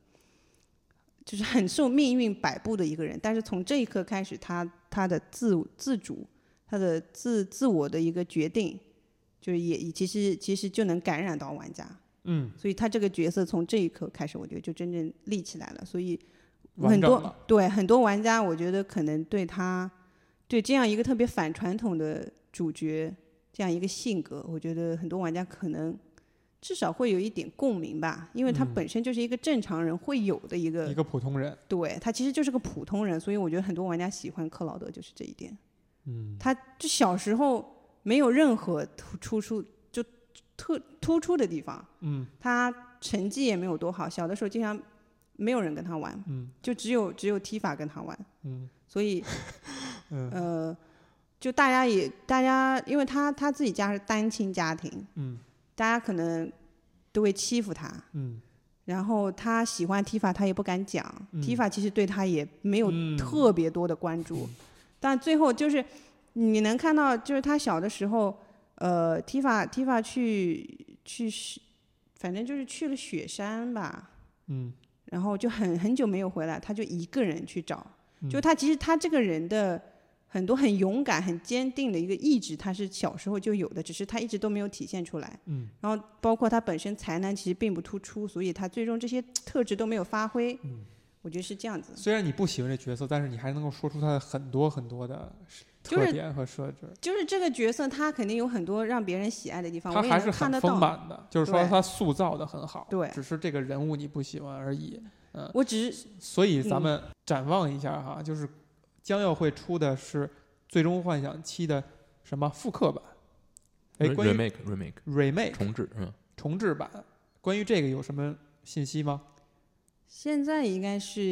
A: 就是很受命运摆布的一个人。但是从这一刻开始，他他的自自主，他的自自我的一个决定，就是也也其实其实就能感染到玩家。
C: 嗯，
A: 所以他这个角色从这一刻开始，我觉得就真正立起来了。所以
C: 完
A: 很
C: 整
A: 多
C: 了，
A: 对很多玩家，我觉得可能对他对这样一个特别反传统的主角这样一个性格，我觉得很多玩家可能至少会有一点共鸣吧，因为他本身就是一个正常人会有的一个，
C: 一个普通人，
A: 对他其实就是个普通人，所以我觉得很多玩家喜欢克劳德就是这一点。
C: 嗯，
A: 他就小时候没有任何突突出就特突出的地方，
C: 嗯
A: 他成绩也没有多好，小的时候经常没有人跟他玩，
C: 嗯
A: 就只有只有踢法跟他玩，
C: 嗯
A: 所以
C: 嗯
A: 呃，就大家也大家，因为他他自己家是单亲家庭，
C: 嗯
A: 大家可能都会欺负他，
C: 嗯，
A: 然后他喜欢踢法，他也不敢讲。
C: 嗯
A: 踢法其实对他也没有
C: 嗯
A: 特别多的关注， 但最后就是你能看到，就是他小的时候，呃，踢法踢法去去是，反正就是去了雪山吧，
C: 嗯，
A: 然后就很很久没有回来，他就一个人去找。
C: 嗯
A: 就他其实他这个人的很多很勇敢、很坚定的一个意志，他是小时候就有的，只是他一直都没有体现出来。
C: 嗯，
A: 然后包括他本身才能其实并不突出，所以他最终这些特质都没有发挥。
C: 嗯，
A: 我觉得是这样子。
C: 虽然你不喜欢这角色，但是你还能够说出他的很多很多的
A: 就
C: 特
A: 是
C: 点和设置，
A: 就是这个角色，他肯定有很多让别人喜爱的地方，
C: 他
A: 我也
C: 还是
A: 能看
C: 很
A: 得到。
C: 丰满的，就是说
A: 对
C: 他塑造的很好，
A: 对
C: 只是这个人物你不喜欢而已。
A: 我只是
C: 所以
A: 嗯
C: 咱们展望一下哈，就是将要会出的是《最终幻想七》的什么复刻版？哎，关于
B: 呃 remake remake
C: remake
B: 重置，嗯，
C: 重置版，关于这个有什么信息吗？
A: 现在应该是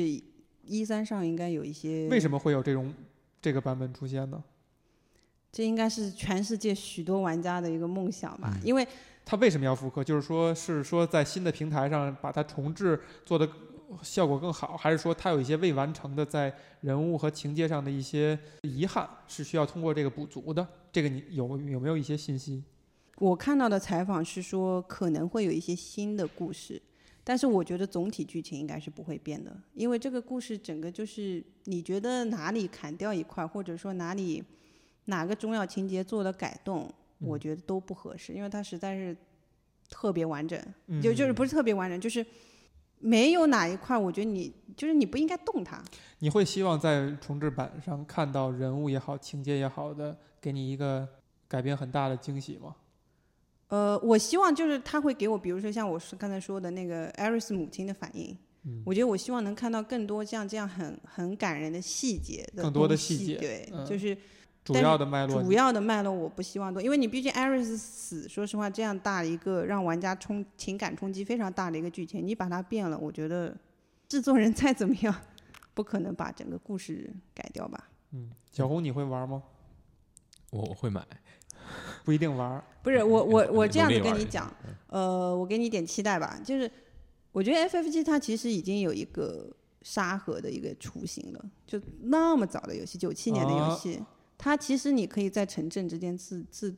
A: 一三上应该有一些
C: 为什么会有这种这个版本出现呢？
A: 这应该是全世界许多玩家的一个梦想
C: 嗯
A: 吧，因为
C: 它为什么要复刻？就是说，是说在新的平台上把它重置做的效果更好，还是说它有一些未完成的在人物和情节上的一些遗憾是需要通过这个补足的？这个你有有没有一些信息？
A: 我看到的采访是说可能会有一些新的故事，但是我觉得总体剧情应该是不会变的，因为这个故事整个就是你觉得哪里砍掉一块，或者说哪里哪个重要情节做了改动，我觉得都不合适，因为它实在是特别完整，
C: 嗯
A: 就就是不是特别完整，就是没有哪一块我觉得你就是你不应该动它。
C: 你会希望在重置版上看到人物也好、情节也好的，给你一个改变很大的惊喜吗？
A: 呃，我希望就是他会给我，比如说像我是刚才说的那个艾瑞斯母亲的反应，
C: 嗯
A: 我觉得我希望能看到更多像这样很很感人的细节的
C: 更多的
A: 东西
C: 细节
A: 对，
C: 嗯
A: 就是
C: 主
A: 但是
C: 要的脉络
A: 主，要的脉络我不希望多，因为你毕竟艾瑞斯死，说实话这样大一个让玩家冲情感冲击非常大的一个剧情，你把它变了，我觉得制作人再怎么样，不可能把整个故事改掉吧。
C: 嗯，小红你会玩吗？
B: 我我会买，
C: 不一定玩，
A: 不是我我我这样子
B: 嗯努力玩
A: 跟你
B: 一下嗯
A: 讲，呃，我给你一点期待吧，就是我觉得 FFG 它其实已经有一个沙盒的一个雏形了，就那么早的游戏，九七年的游
C: 啊
A: 戏，它其实你可以在城镇之间自自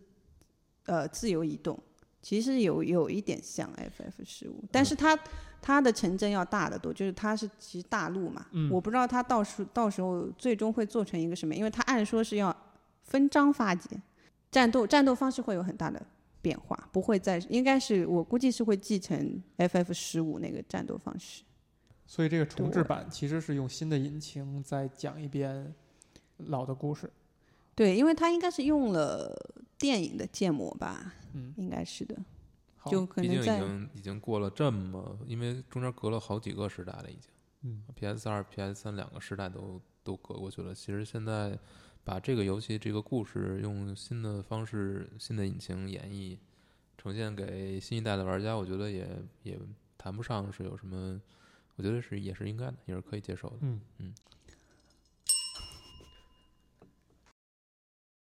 A: 呃自由移动，其实有有一点像 FF 十五，但是它它的城镇要大得多，就是它是其实大陆嘛，
C: 嗯
A: 我不知道它到时到时候最终会做成一个什么，因为它按说是要分章发解，战斗战斗方式会有很大的变化，不会再应该是我估计是会继承 FF 十五那个战斗方式。
C: 所以这个重置版其实是用新的引擎再讲一遍老的故事。
A: 对，因为它应该是用了电影的建模吧，
C: 嗯，
A: 应该是的。
C: 好，
A: 就可
B: 毕竟
A: 能
B: 已
A: 在
B: 经已经过了这么，因为中间隔了好几个时代了，已经
C: 嗯
B: PS 二、PS 三两个时代都都隔过去了。其实现在把这个游戏、这个故事用新的方式、新的引擎演绎，呈现给新一代的玩家，我觉得也也谈不上是有什么，我觉得是也是应该的，也是可以接受的。
C: 嗯
B: 嗯，